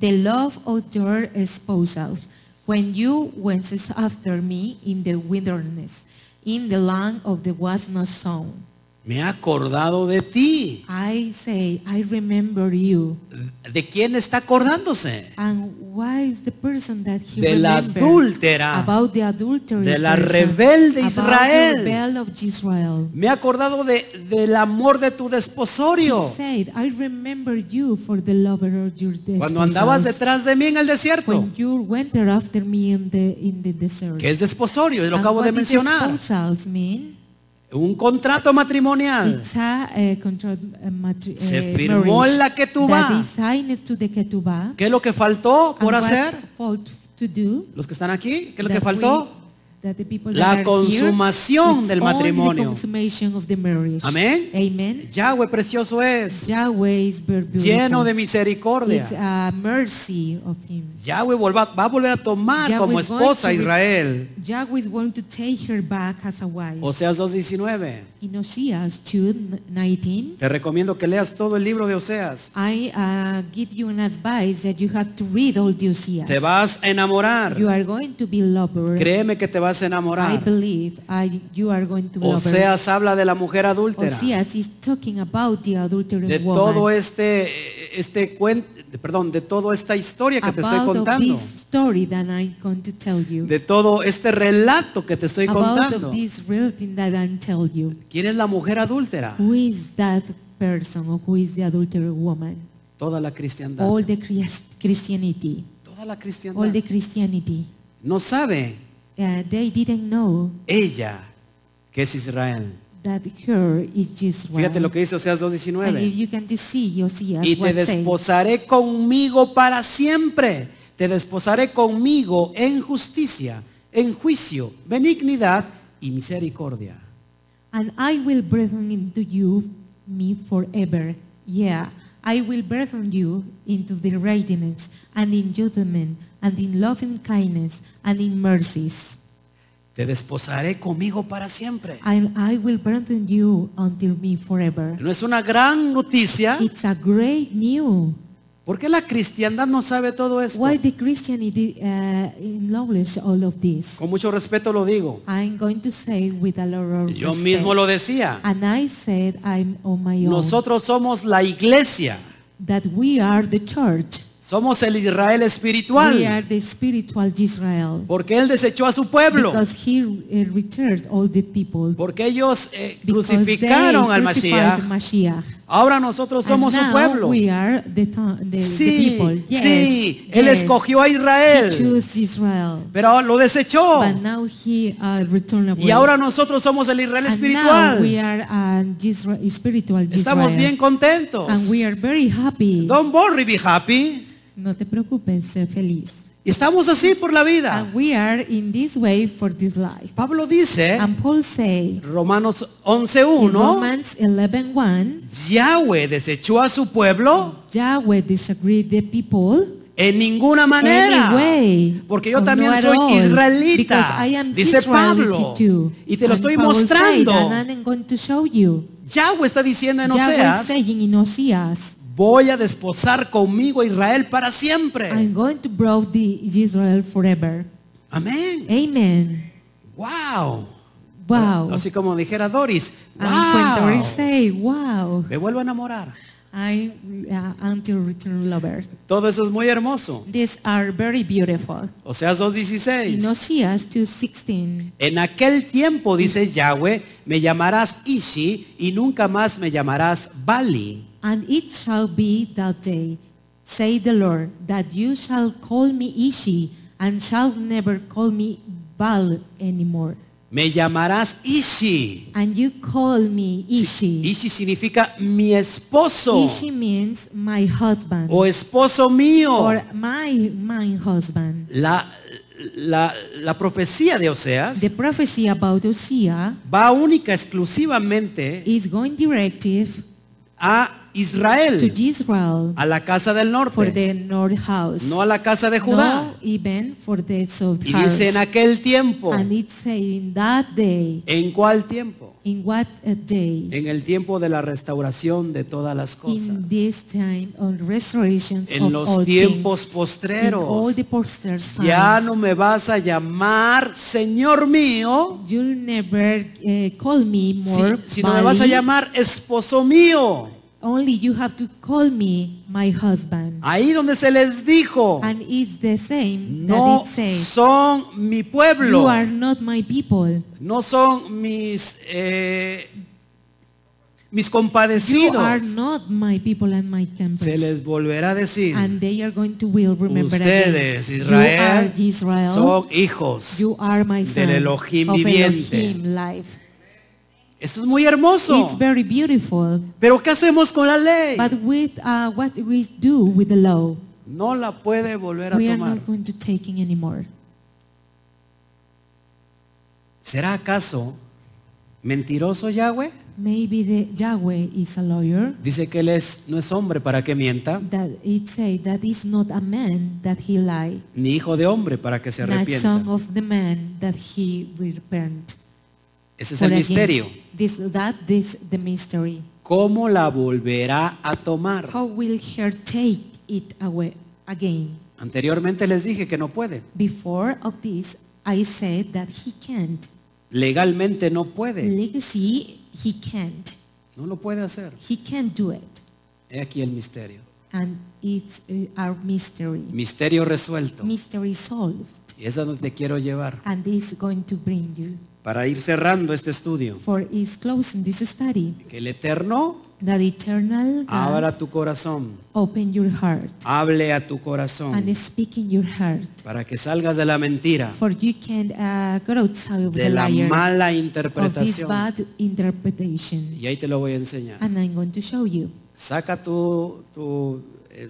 the love of your espousals, when you went after me in the wilderness, in the land of the was not sown.
Me he acordado de ti.
I say, I remember you.
¿De quién está acordándose?
And why is the person that he
De la
remembered
adúltera.
about the adultery
De la
person,
rebelde
about
Israel.
the rebel of Israel.
Me he acordado de, del amor de tu
He
desposorio.
said, I remember you for the lover of your despoils.
Cuando andabas detrás de mí en el desierto.
when you went after me in the in the desert.
Que es desposorio, yo lo
And
acabo de
what is
mencionar.
Espousals mean?
Un contrato matrimonial.
It's a, eh, contra- eh, matri-
Se
eh,
firmó
marriage
la ketubá.
that is signed to the ketubá.
¿Qué es lo que faltó por
And what
hacer?
fault to do?
Los que están aquí, ¿qué es lo que
that
faltó?
we- that the people
La
that are
consumación
here,
del
it's only the
matrimonio.
consummation of the marriage.
Amén.
Amen.
Yahweh precioso es,
Yahweh is very beautiful.
lleno de
It's
misericordia.
a uh, mercy of him.
Yahweh volva- va a volver a tomar
Yahweh
como
is
esposa a
going to re-
Israel.
Yahweh is going to take her back as a wife.
Oseas 2.19.
In Oseas 2:19,
Te recomiendo que leas todo el libro de Oseas.
I uh, give you an advice that you have to read all the Oseas.
Te vas a enamorar.
You are going to be lover.
Créeme que te vas a
I
enamorar.
believe I, you are going to be lover.
Oseas habla de la mujer adúltera.
Oseas is talking about the adulterous
De
woman.
todo este, este cuen- de- perdón, de toda esta historia que te estoy
about of
contando,
this story that I'm going to tell you.
de todo este relato que te estoy
about
contando.
of this reality that I'm telling you.
¿Quién es la mujer adúltera?
Who is that person or who is the adulterer woman?
Toda la cristiandad.
All the Chris- Christianity.
Toda la
All
cristiandad.
the Christianity.
No sabe
Uh, they didn't know
ella que es Israel.
that her is Israel.
Fíjate lo que dice Oseas
and if
2.19.
you can see, you see as
Y te
what says,
desposaré conmigo para siempre. Te desposaré conmigo en justicia, en juicio, benignidad y misericordia.
and I will burden into you me forever. Yeah, I will burden you into the righteousness and in judgment and in loving kindness and in mercies.
Te desposaré conmigo para siempre.
And I will burden you until me forever.
No es una gran noticia.
It's a great new.
¿Por qué la cristiandad no sabe todo esto?
Why the Christianity uh, acknowledge all of this?
Con mucho respeto lo digo.
I'm going to say with a lot of
Yo
respect.
mismo lo decía.
And I said I'm on my own.
Nosotros somos la iglesia.
that we are the church.
Somos el Israel
We are
espiritual.
the spiritual Israel.
Porque Él desechó a su pueblo.
Because he uh, returned all the people.
Porque ellos eh,
Because
crucificaron
they
al
crucified
Mashiach.
Mashiach.
Ahora nosotros somos
And
su
now
pueblo.
We are the, to- the, the
Sí,
people. Yes,
sí.
yes.
Él escogió a
He
Israel.
chose Israel.
Pero lo desechó.
But now he uh, returned away.
Y ahora nosotros somos el Israel
And now we
espiritual.
are an Isra- spiritual
Estamos
Israel.
bien contentos.
And we are very happy.
Don't worry, be happy.
No te preocupes, ser feliz.
Y estamos así por la vida.
And we are in this way for this life.
Pablo dice,
And Paul say,
Romanos
in
11.1,
Romans 11:1,
Yahweh desechó a su pueblo
Yahweh disagreed the people
en ninguna manera.
anyway.
Porque yo
or
también
not Oh, at
soy
all, because
israelita,
I am
dice
Israelite
Pablo.
too.
Y te lo
And
estoy
Paul said,
mostrando.
and I'm going to show you.
Yahweh está diciendo en
Yahweh
Oseas,
saying in Oseas,
voy a desposar conmigo a Israel para siempre.
I'm going to brought the Israel forever. Eh,
Amén.
Amen.
Wow.
Wow.
Así como dijera Doris,
And when
wow.
Doris say, wow,
Me vuelvo a enamorar.
I uh, until return lover.
Todo eso es muy hermoso.
These are very beautiful.
Oseas
In
2.16.
Oseas 2:16,
En aquel tiempo, dice Yahweh, me llamarás Ishi y nunca más me llamarás Bali.
and it shall be that day, say the Lord, that you shall call me Ishi, and shall never call me Baal anymore.
Me llamarás Ishi.
And you call me Ishi.
Ishi significa mi esposo
Ishi means my husband,
o esposo mío.
or my my husband.
La, la, la profecía de Oseas
The prophecy about Oseas
va única, exclusivamente
is going directive
a
to
Israel,
Israel
a la casa del
for
norte,
the north house.
no a la casa de
No,
Judá.
even for the south
Y
house.
dice en aquel tiempo.
And it's saying that day,
¿En cuál tiempo?
in what a day,
En el tiempo de la restauración de todas las cosas.
in this time on restorations
En
of all
los tiempos
things, in all
postreros.
the poster signs.
Ya no me vas a llamar Señor mío,
You'll never eh, call
si,
me more
sino me vas a
Bali.
llamar esposo mío.
Only you have to call me my husband.
Ahí donde se les dijo,
And it's the same
no
that it says,
son mi pueblo,
you are not my people.
no son mis eh, mis
You are
compadecidos.
not my people and my temple.
Se les volverá a decir,
And they are going to will remember
ustedes,
again.
Israel,
you are Israel.
son hijos.
you are my son.
Elohim
of
viviente.
Elohim life.
Esto es muy hermoso.
It's very beautiful.
Pero ¿qué hacemos con la ley?
But with uh, what we do with the law,
No la puede volver a
we are
tomar.
not going to taking anymore.
¿Será acaso mentiroso Yahweh?
Maybe the Yahweh is a lawyer
Dice que él es, no es hombre para que mienta,
that it say that is not a man that he lie,
ni hijo de hombre para que se
not son
arrepienta.
of the man that he repent.
Ese es el
For against
misterio.
This that is the mystery.
¿Cómo la volverá a tomar?
How will her take it away again?
Anteriormente les dije que no puede.
Before of this, I said that he can't.
Legalmente no puede.
Legacy, he can't.
No lo puede hacer.
He can't do it.
He aquí el misterio.
and it's uh, our mystery.
Misterio resuelto.
Mystery solved.
Y es a donde te quiero llevar.
And this is going to bring you.
Para ir cerrando este estudio.
For is closing this study.
Que el Eterno
That eternal God
abra tu corazón.
open your heart
Hable a tu corazón.
and speak in your heart.
Para que salgas de la mentira.
For you can uh, go outside of
De
the
la
liar
mala
of this
interpretación.
bad interpretation.
Y ahí te lo voy a enseñar.
And I'm going to show you.
Saca tu, tu eh,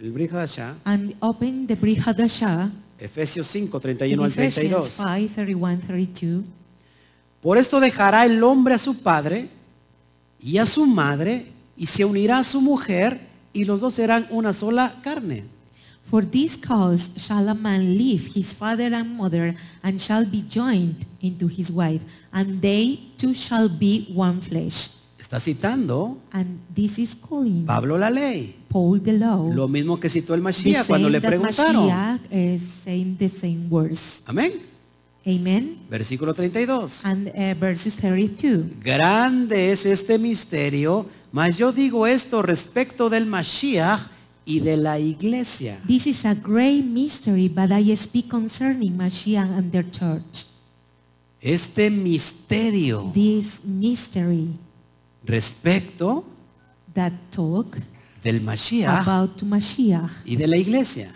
el Brihadasha,
And open the Brihadasha,
Efesios 5,
in
31 al
Ephesians
32.
5, 31, 32.
Por esto dejará el hombre a su padre y a su madre y se unirá a su mujer y los dos serán una sola carne.
For this cause shall a man leave his father and mother, and shall be joined into his wife, and they two shall be one flesh.
Está citando
And this is calling
Pablo la ley.
Paul the law.
Lo mismo que citó el
the
Mashiach
same
cuando le
that
preguntaron.
Mashiach is saying the same words.
Amén.
Amen.
Versículo 32.
And uh, verses 32.
Grande es este misterio, mas yo digo esto respecto del Mashiach y de la iglesia.
This is a great mystery, but I speak concerning Mashiach and their church.
Este misterio
This mystery
respecto
that talk
del Mashiach
about to Mashiach
y de la iglesia.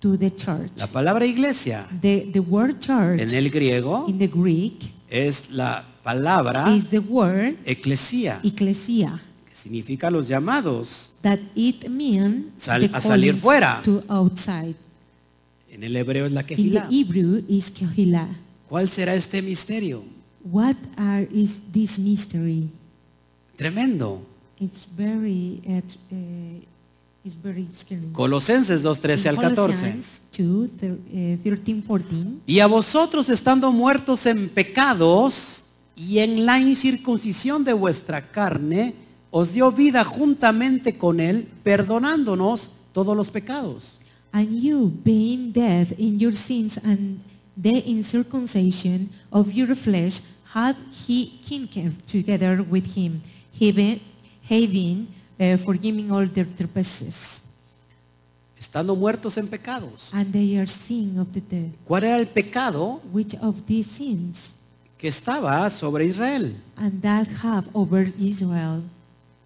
to the church.
La palabra iglesia
The, the word church
en el griego
in the Greek
es la palabra
is the word
eclesia,
ecclesia,
que significa los llamados.
that it means
Sal-
the
a salir
callings
fuera.
to outside.
En el hebreo es la
In the
quejilá.
Hebrew is kehila.
¿Cuál será este misterio?
What are is this mystery?
Tremendo.
It's very uh, tr- uh, it's very scary.
Colosenses 2.13 al 14.
2, thir- uh, 13, 14.
Y a vosotros estando muertos en pecados y en la incircuncisión de vuestra carne, os dio vida juntamente con él, perdonándonos todos los pecados.
And you, being dead in your sins and the incircumcision of your flesh, had he kindled together with him, having, having uh, forgiving all their trespasses.
Estando muertos en pecados.
And they are sin of the dead.
¿Cuál era el pecado
Which of these sins
que estaba sobre Israel?
and that have over Israel?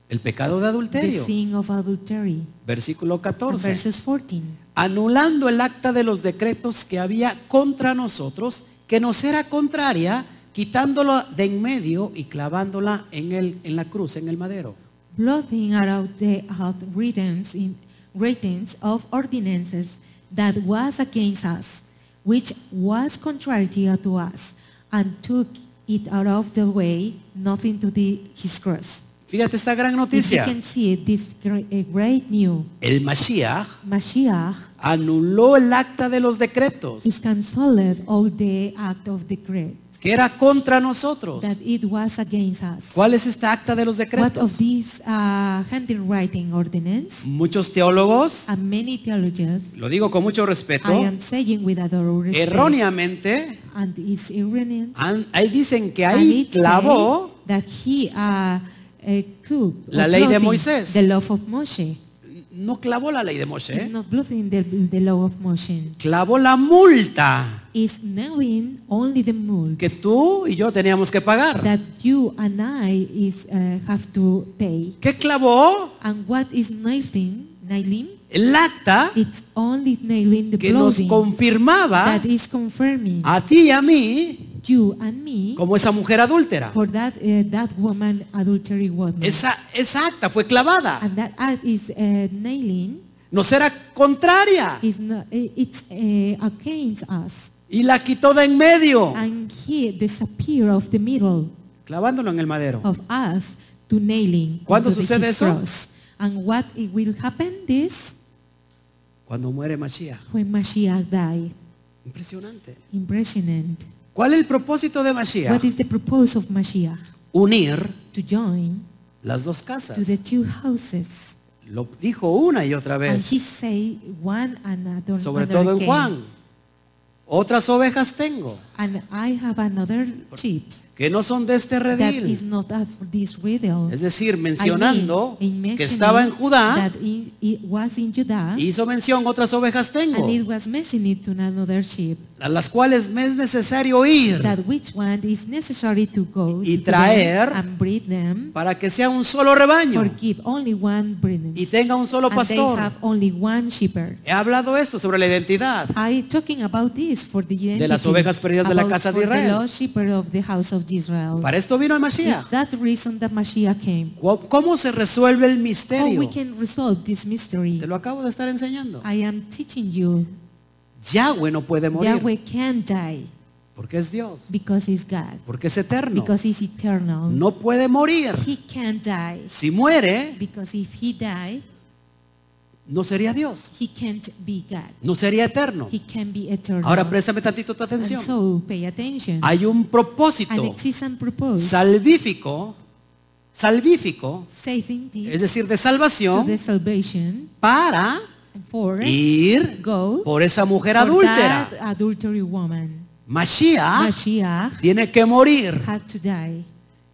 El pecado de
The
adulterio.
sin of adultery.
Versículo
And
14.
verses 14.
Anulando el acta de los decretos que había contra nosotros, que nos era contraria, quitándola de en medio y clavándola en, el, en la cruz, en el madero.
blotting out the outwritings in writings of ordinances that was against us, which was contrary to us, and took it out of the way, nothing to the his cross.
Fíjate esta gran
If you
noticia.
can see it, this great, a great new
El Mashiach
Mashiach
anuló el acta de los decretos,
is cancelled all the act of decree
que era contra nosotros.
that it was against us.
¿Cuál es esta acta de los
What
decretos?
of this uh, handwriting ordinance?
Muchos teólogos,
And many theologians
lo digo con mucho respeto,
I am saying with adorable respect,
erróneamente,
And it's erroneous.
han- ahí dicen que
And
ahí
it
clavó,
say that he uh, uh, could-
La
or
ley de
clothing
Moisés.
The law of Moshe.
no clavó la ley de
It's
Moshe,
not bluffing the, the law of Moshe.
clavó la multa
It's knowing only the mule
que tú y yo teníamos que pagar.
that you and I is uh, have to pay.
¿Qué clavó?
And what is nailing? Nailing?
El acta
It's only nailing the
que nos
clothing
confirmaba
that is confirming
a ti y a mí
you and me
como esa mujer adúltera.
for that uh, that woman adultery woman.
Esa, esa acta fue clavada.
And that act is uh, nailing.
Nos era contraria.
Is not, i- it's uh, against us.
Y la quitó de en medio.
And he disappear of the middle
Clavándolo en el madero.
of us to nailing.
¿Cuándo
onto the
sucede
his
eso?
cross. And what it will happen this
Cuando muere Mashiach.
when Mashiach die.
Impresionante.
Impressionant.
¿Cuál es el propósito de
What
Mashiach?
is the purpose of Mashiach?
Unir
To join
las dos casas.
to the two houses.
Lo dijo una y otra
And
vez.
he say one another.
Sobre
another
todo en
again.
Juan. Otras ovejas tengo
and I have another sheep
que no son de este
that is
redil.
not of this riddle.
Es decir,
I mean,
mencionando
in
que
mentioning
estaba en Judá, e
that in- it was in Judah,
hizo mención, otras ovejas tengo,
and it was mentioned to another sheep,
a las cuales me es necesario ir
that which one is necessary to go
Y
to them
traer
and breed them,
para que sea un solo rebaño
for give only one breeding,
y tenga un solo
and they
pastor.
have only one shepherd.
He hablado esto sobre la identidad.
I talking about this for the identity
De las ovejas perdidas de la
about
casa de
for the
Israel.
lost shepherd of the house of Israel.
Para esto vino el Mashiach.
Is that the reason that Mashiach came?
Cu- ¿Cómo se resuelve el
How we
misterio?
can resolve this mystery?
Te lo acabo de estar enseñando.
I am teaching you.
Yahweh no puede morir
Yahweh can die
porque es Dios,
because he's God,
porque es eterno.
because he's eternal.
No puede morir.
He can die
Si muere,
because if he die,
no sería Dios,
he can't be God.
no sería eterno.
He can be eternal.
Ahora préstame tantito tu
and
atención.
so pay attention.
Hay un
and
propósito
exists and propose
salvífico, salvífico,
saving
es
this
decir, de
to the
salvación
salvation
para
for
ir
go
por esa mujer
for
adúltera. Ah.
that adultery woman.
Mashiach
Mashiach
tiene que morir
had to die.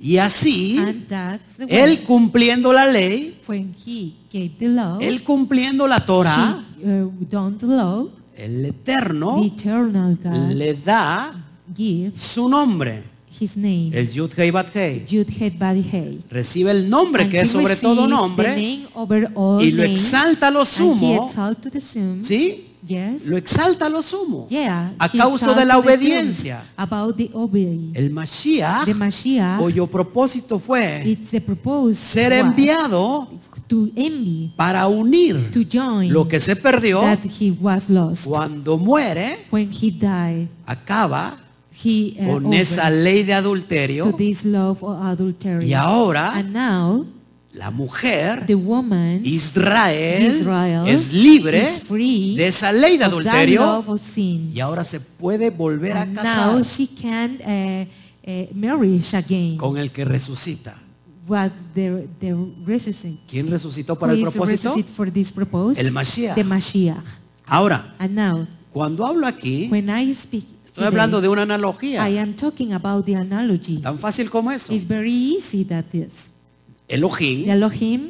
y así
And that's the way
Él cumpliendo la ley,
when he gave the law,
Él cumpliendo la Torah,
he uh, done the law,
el Eterno
the eternal God
le da
gives
su nombre,
his name,
el Yud Hei Bat Hei.
Yud Het Badi Hei.
Recibe el nombre
And
que es
he
sobre todo
received the
nombre
name over all
y lo
names,
exalta a lo
and he
sumo,
exalted to the sum,
¿sí?
yes,
Lo exalta a lo sumo.
yeah,
a
he
causa de la
exalted the sum
obediencia.
About the obedience,
El
the
Mashiach,
Mashiach,
cuyo propósito fue
it's the proposed
ser
was
enviado
to envy,
para unir
to join
lo que se perdió
that he was lost.
cuando muere,
When he died,
acaba
he uh,
con esa
over
ley de
to
adulterio
this love or adultery.
y ahora
and now
la mujer
the woman
Israel,
Israel
es libre
is free
de esa ley de
of that
adulterio
love of sin.
y ahora se puede volver a
And now
casar
she can uh, uh, marry again.
con el que resucita.
Was the the resuscitation?
¿Quién resucitó para el propósito?
for this purpose?
El Mashiach.
The Mashiach.
Ahora,
And now,
cuando hablo aquí,
when I speak,
estoy
today,
hablando de una
I
analogía
am talking about the analogy.
tan fácil como eso.
It's very easy that is. The
Elohim,
Elohim,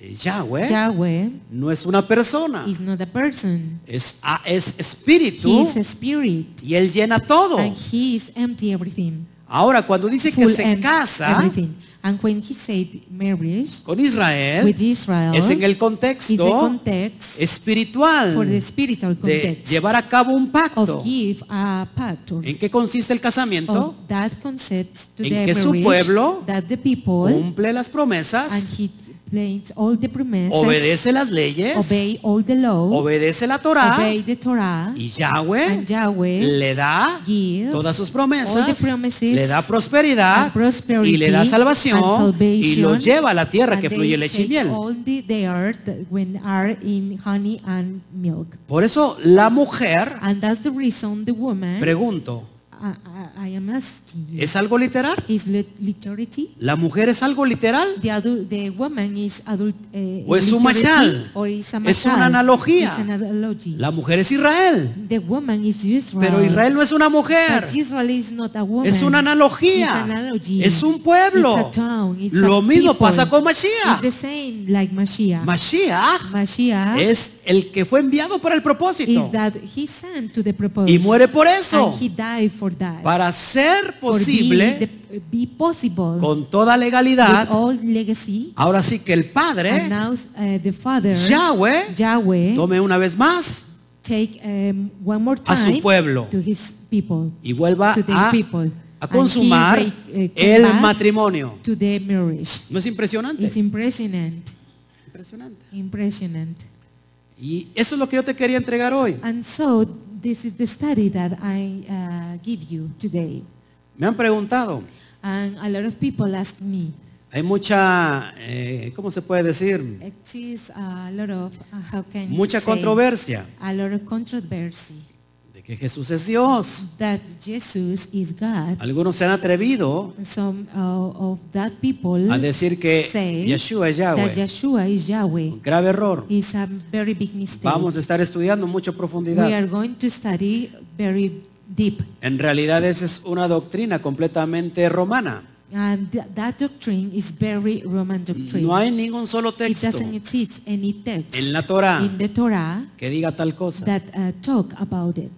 eh, Ah. Yahweh,
Yahweh,
no es una persona,
is not a person.
es, ah, es
He
espíritu
is a spirit.
y él llena todo.
And he is empty everything.
Ahora, cuando dice que
full
se
and
casa
everything. And when he said marriage
con Israel,
with Israel,
es en el
is the
contexto
context for the
espiritual
spiritual
de
context
llevar a cabo un pacto.
of give a pact or
¿En qué consiste el casamiento?
of that concept to
en
the
que su
marriage
pueblo
that the people
Cumple las
and
promesas,
he plays all the promises,
obedece las leyes,
obey all the law,
obedece la Torá
obey the Torah,
y Yahweh
and Yahweh
le da
give
todas sus
all the
promesas,
promises
le da prosperidad
and prosperity
y le da salvación
and
y lo
salvation,
lleva a la tierra
and
que
they
fluye leche y
take
miel.
all the- the earth when are in honey and milk.
Por eso la mujer,
And that's the reason the woman,
pregunto,
I, I, I am asking, you,
¿es algo literal?
is lit- literality?
¿La mujer es algo literal?
The, adult, the woman is adult, eh,
O es un
literality
machal.
or is a
Es una
machal.
analogía.
It's an analogy.
La mujer es Israel,
the woman is Israel.
pero Israel no es una mujer.
But Israel is not a woman.
Es una
It's
analogía.
an analogy.
Es un pueblo.
It's a town. It's
Lo
a
mismo
people.
pasa con
It's the
Mashiach.
same like Mashiach.
Mashiach
Mashiach
es el que fue enviado para el propósito
is that he sent to the purpose.
y muere por eso
And he died for that.
para hacer
For be,
posible
the- be possible
con toda
with
legalidad.
all legacy.
Ahora sí que el
And
Padre
now uh, the Father,
Yahweh
Yahweh,
tome una vez más
take um, one more
a
time
su pueblo
to his people,
y vuelva
to the
a,
people.
a consumar
and he re- eh,
el
come back
matrimonio.
to the marriage.
¿No es impresionante?
It's impressionant,
Impresionante.
impressionant.
Y eso es lo que yo te quería entregar hoy.
And so this is the study that I uh, give you today.
Me han preguntado.
And a lot of people ask me,
Hay mucha, eh, ¿cómo se puede decir?
it is a lot of, uh, how can you
Mucha
say,
controversia
A lot of controversy.
de que Jesús es Dios.
that Jesus is God.
Algunos se han atrevido
And some uh, of that people
a decir que
say
Yeshua es
that
Yahweh.
Mm. Yeshua is Yahweh
Un grave error.
is a very big mistake.
Vamos a estar estudiando mucho profundidad.
We are going to study very deep.
En realidad esa es una doctrina completamente romana.
And th- that doctrine is very Roman doctrine.
No hay ningún solo
it
texto
doesn't exist any text
en la Torah
in the Torah
que diga tal cosa.
that uh, talk about it.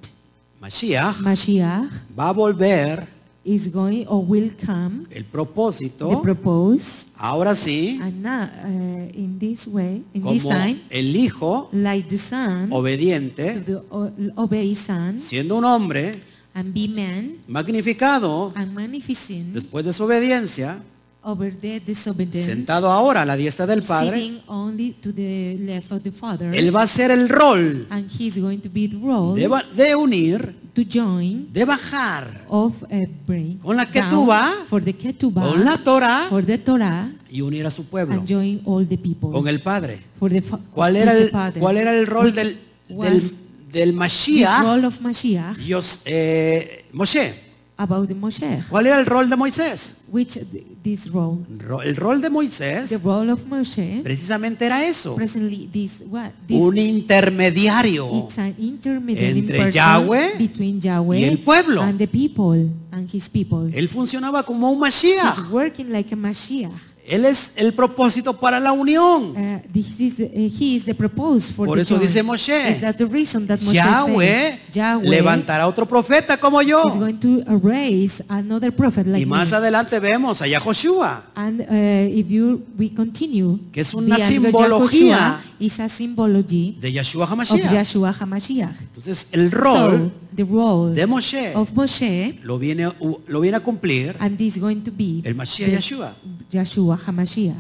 Mashiach
Mashiach
va a volver
is going or will come,
el
the
propósito,
proposed,
ahora sí,
and now uh, in this way, in this
como
time,
el hijo
like the son to
obediente,
the o- obey son
siendo un hombre
and be man
magnificado
and magnificent
después de su obediencia,
over the disobedience,
sentado ahora a la diestra del Padre,
sitting only to the left of the Father,
él va a ser el rol
and he's going to be the role
de, ba- de unir,
to join
de bajar
of a brain
Con la
down
ketubah,
for the ketubah,
con la Torah
for the Torah,
y unir a su pueblo
and join all the people.
con el Padre.
for the fa-
¿Cuál
with
era
the
el,
Father,
cuál era el rol
which
del,
was
del, del
this
Mashiach?
role of Mashiach
Dios, eh, Moshe.
about the Moshe,
¿Cuál era el rol de Moisés?
which th- this role,
Ro- El rol de
the
Moisés
role of Moshe,
precisamente era eso.
presently this what this
Un intermediario.
it's an intermediary
Entre
person
Yahweh
between Yahweh
y el pueblo.
and the people and his people.
Él funcionaba como un
He's
Mashiach.
working like a Mashiach.
Él es el propósito para la unión.
Uh, this is, uh, he is the proposed for
Por
the
eso
joy.
dice Moshe,
Is that the reason that Moshe
Yahweh
said, Yahweh
levantará otro profeta como
is
yo.
going to raise another prophet like
Y más
me.
adelante vemos allá Joshua.
And uh, if you we continue,
Que es una
the angle
simbología
Yahushua is a symbology
de Yeshua
of
HaMashiach.
Yeshua HaMashiach.
Entonces el
So
rol
the role
de Moshe
of Moshe
lo viene, lo viene a cumplir
and this is going to be
el Mashiach
the
Yeshua.
Yeshua HaMashiach.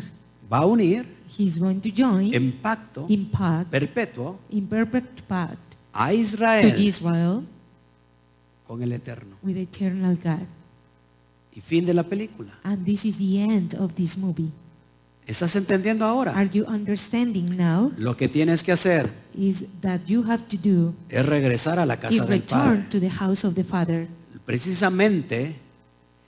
Va a unir
He's going to join
en pacto
in part,
perpetuo
in perfect part
a
to
Israel
Israel
con el Eterno.
with eternal God.
Y fin de la película.
And this is the end of this movie.
¿Estás entendiendo ahora?
Are you understanding now?
Lo que tienes que hacer
Is that you have to do
es regresar a la
is
casa del Padre.
return to the house of the Father.
Precisamente,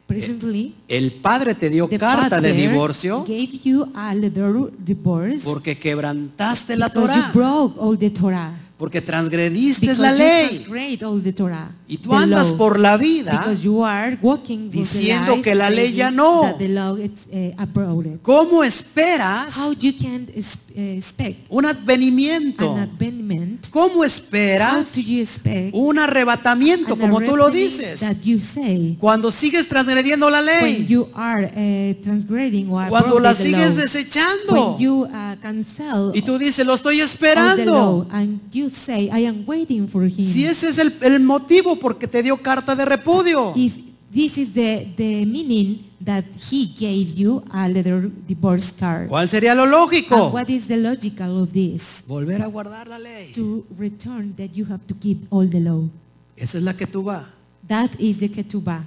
Presently,
el Padre te dio
The
carta de
father
divorcio
Gave you a letter divorce
porque quebrantaste la
because
Torah,
you broke all the Torah.
porque transgrediste
Because
la
you
ley.
transgrade all the Torah.
Y tú
the
andas
law,
por la vida
because you are walking with the
diciendo
life,
que la ley
saying
ya no.
That the law is eh, abroad.
¿Cómo esperas
How you can es- eh, expect
un advenimiento?
an advent?
¿Cómo
How
esperas
do you expect
un arrebatamiento,
an
como tú lo
arrepentment
dices?
that you say
Cuando sigues transgrediendo la
when
ley,
you are eh, transgrading or
cuando
abroad
la
the
sigues
law,
desechando
when you uh, cancel
y tú dices, lo estoy
of the law,
esperando.
and you say, I am waiting for him.
Si ese es el, el motivo porque te dio carta de repudio.
If this is the, the meaning that he gave you a letter divorce card.
¿Cuál sería lo
And
lógico?
what is the logical of this?
Volver a guardar la ley.
To return that you have to keep all the law.
Esa es la que tú vas.
That is the ketubah.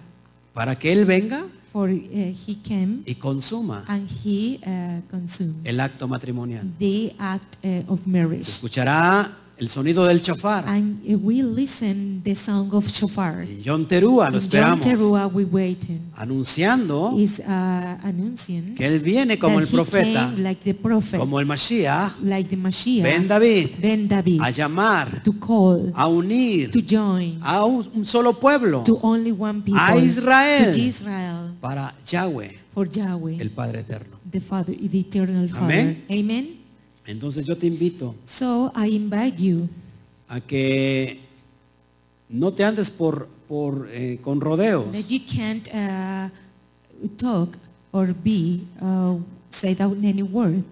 Para que Él venga
For uh, he came
y consuma
and he uh, consumed
el acto matrimonial.
the act uh, of
Se
marriage.
escuchará el sonido del chafar.
And uh, we listen the song of shofar.
En John Terúa lo
In Yom
esperamos.
Teruah we waiting.
Anunciando
Is uh, announcing
que Él viene como
that
el
he
profeta,
came like the prophet,
como el Mashiach,
like the Mashiach,
Ben David,
Ben David,
a llamar,
to call,
a unir
to join,
a un un solo pueblo
to only one people,
a Israel.
to Israel,
para Yahweh,
for Yahweh,
el Padre Eterno.
the Father, the Eternal Father.
Amén.
Amen.
Entonces yo te invito
So I invite you
a que no te andes por, por, eh, con
that
rodeos.
you can't uh, talk or be uh, said out any word.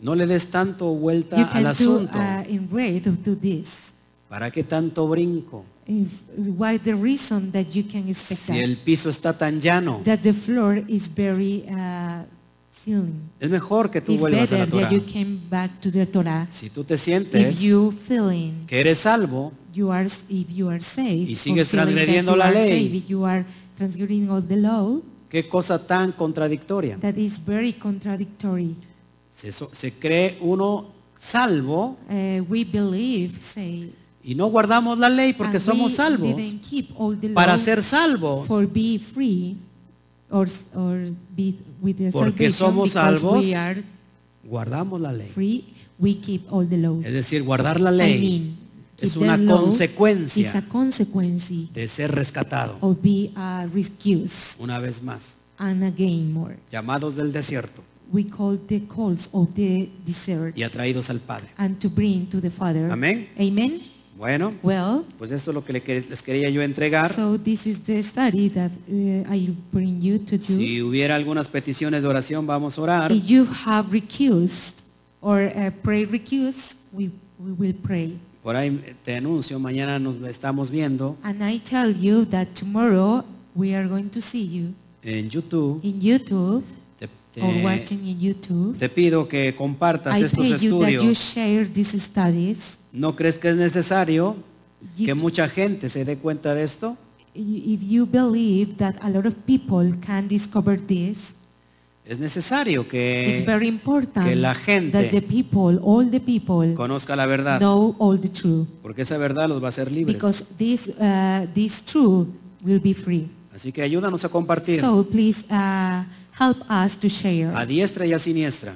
No le des tanto
you
vuelta al
can do
asunto.
uh, in red to this.
¿Para qué tanto brinco?
If, why the reason that you can expect
Si
that?
el piso está tan llano.
that the floor is very uh, ceiling.
Es mejor que tú
It's
vuelvas a la
better that
Torah.
you came back to the Torah.
Si tú te
If
sientes
you feeling
que eres salvo,
you are if you are saved,
Y
or
sigues
feeling that
transgrediendo
you
la
are
ley.
saved, if you are transgressing of the law,
qué cosa tan contradictoria.
that is very contradictory.
Se, so- se cree uno salvo
Uh, we believe, say,
y no guardamos la ley porque
and
somos
we
salvos,
didn't keep all the
para
law
ser salvos,
for be free or, or be with the
Porque
salvation
somos
because we
salvos.
are
guardamos la ley.
free, we keep all the law.
Es decir, guardar la
I
ley
mean,
es
keep the
una
law is a
consecuencia
consequence
de ser rescatado.
of be uh, rescued
Una vez más,
and again more.
llamados del desierto
We call the calls of the desert
y atraídos al Padre.
and to bring to the Father.
Amén.
Amen.
Bueno,
Well,
pues esto es lo que le quer- les quería yo entregar.
so this is the study that uh, I bring you to do.
Si hubiera algunas peticiones de oración, vamos a orar.
If you have recused or uh, pray recused, we, we will pray.
Por ahí eh, te anuncio, mañana nos estamos viendo
And I tell you that tomorrow we are going to see you
en YouTube.
in YouTube
Te,
or
te-
watching in YouTube.
te pido que compartas
I
estos
beg you that you
estudios.
share these studies.
¿No crees que es necesario
You-
que mucha gente se dé cuenta de esto?
If you believe that a lot of people can discover this,
Es necesario
it's
que
very important
Eh, que la gente
that the people, all the people,
conozca la verdad,
know all the truth.
porque esa verdad los va a hacer libres.
Because this, uh, this truth will be free.
Así que ayúdanos a compartir
So please uh, help us to share
a diestra y a siniestra.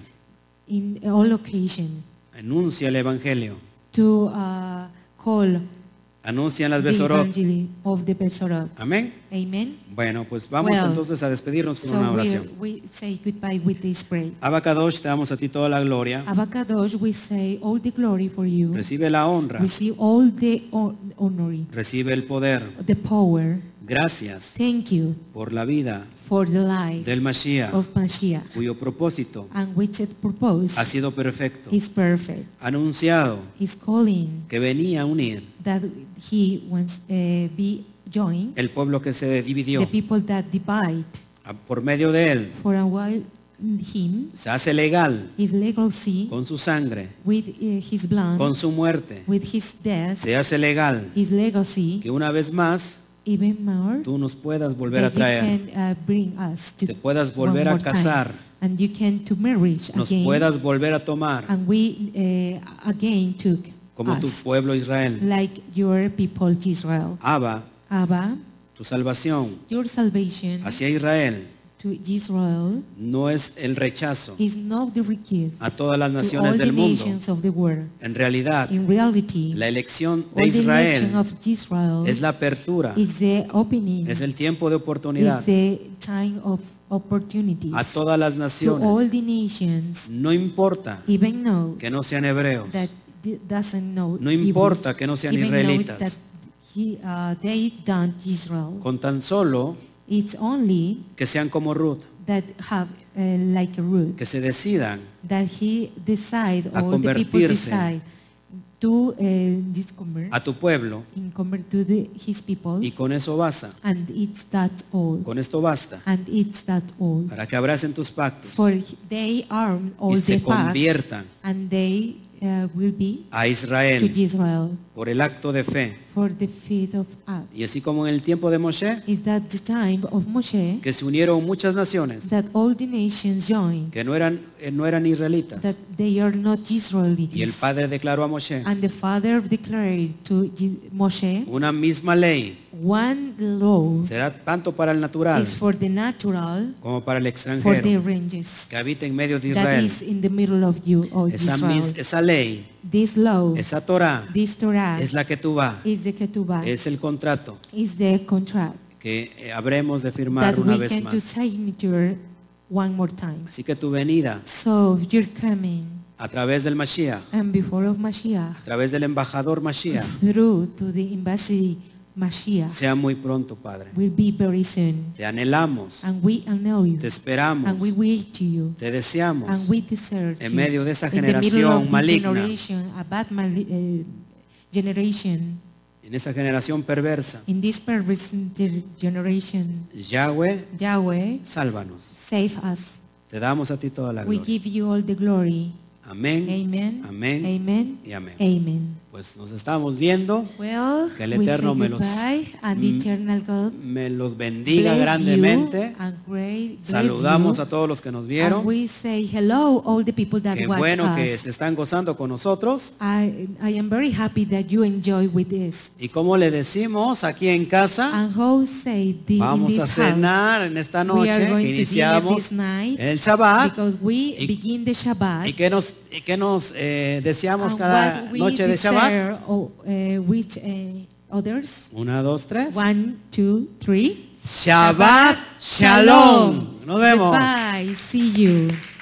in all occasion
Anuncia el Evangelio,
to uh, call
anuncian las
the
Besorot.
evangel of the Besorot.
Amén.
Amen.
Bueno, pues vamos
Well,
entonces a despedirnos con una
So we,
oración.
we say goodbye with this prayer.
Abacadosh, te damos a ti toda la gloria.
Abacadosh, we say all the glory for you.
Recibe la honra,
Receive all the hon- honor,
recibe el poder.
the power.
Gracias
Thank you
por la vida
for the life
del Mashiach,
of Mashiach
cuyo propósito
and which it purpose
ha sido perfecto.
is perfect.
Anunciado
He's calling
que venía a unir
that he wants uh, be joined
el pueblo que se
the
dividió.
people that divide
A- Por medio de él
for a while him
se hace legal
his legacy
con su sangre,
with uh, his blood
con su muerte.
with his death
Se hace legal
his legacy
que una vez más
even more
tú nos puedas volver a
that you
traer,
can uh, bring us to
te puedas
one
volver a
more time.
casar,
and you can to marriage
nos
again
puedas volver a tomar
and we uh, again took
como tu
us
pueblo Israel.
like your people Israel
Abba,
Abba
tu salvación
your salvation
hacia Israel
to Israel
no es el rechazo
is not the request
a todas las
to all
naciones
the
del mundo.
nations of the world
En realidad,
in reality
la elección de
All the nation
Israel
of Israel
es la apertura,
is the opening,
es el tiempo de oportunidad
is the time of opportunities
a todas las
to all
naciones.
the nations,
No importa
even though
que no sean hebreos,
that d- doesn't know
No importa
Hebrews,
que no sean
even though
israelitas.
that he, uh, they don't Israel.
con tan solo
It's only
que sean como Ruth,
that have uh, like a root
que se decidan
that he decide
A
or the people
convertirse.
decide to uh, discover,
a tu pueblo
in convert to the, his people,
y con eso basta,
and it's that all.
con esto basta,
and it's that all.
para que abracen tus pactos
For they arm all
Y se
the pacts
conviertan.
and they uh, will be
a
to
Israel
Israel
por el acto de fe.
for the faith of us.
Y así como en el tiempo de Moshe,
Is that the time of Moshe
que se unieron muchas naciones
that all the nations join,
que no eran, eh, no eran israelitas.
that they are not Israelites.
Y el padre declaró a Moshe,
And the father declared to Je- Moshe,
una misma ley
one law
será tanto para el natural
is for the natural,
como para el
for the
extranjero
ranges,
que habita en medio de
that
Israel.
is in the middle of you, or
Esa,
Israel.
mis- esa ley,
this law,
esa Torah,
this Torah,
es la que tú vas,
is the ketubah,
es el contrato
is the contract
que eh, habremos de
that
firmar una
we
vez
can to
más.
signature one more time.
Así que tu venida
So you're coming
a través del Mashiach,
and before of
a
Mashiach,
través del embajador Mashiach,
through to the embassy Mashiach
sea muy pronto, Padre.
will be very soon.
Te anhelamos,
And we annoy
te
you,
esperamos,
and we wait to you,
te deseamos
and we desert
en
you.
medio de esta
In the middle
generación
of the
maligna,
generation, a bad mali- eh, generation,
en esta generación perversa.
in this perverse inter- generation,
Yahweh,
Yahweh,
sálvanos.
save us.
Te damos a ti toda la
We
gloria.
give you all the glory.
Amén.
Amen.
Amén.
Amen.
Y amén.
Amen.
pues nos estamos viendo.
Well,
Que el
we say
Eterno me los-
goodbye and the eternal God
Me los bendiga
bless
grandemente.
you and great bless
Saludamos
you.
a todos los que nos
And
vieron.
we say hello all the people that
Qué
watch
bueno que
us.
se están gozando con nosotros.
I, I am very happy that you enjoy with this.
Y como le decimos aquí en casa,
And how say the, in
vamos
this
a
house,
cenar en esta
we are
noche que
going to dinner
iniciamos
this night
el Shabbat
because we
y-
begin the Shabbat.
y que nos, y que nos eh, deseamos
and
cada
Uh, what we
noche de Shabbat.
desire, or, uh, which uh, others?
Una, dos, tres.
One, two, three.
Shabbat Shalom. Nos vemos.
Goodbye. See you.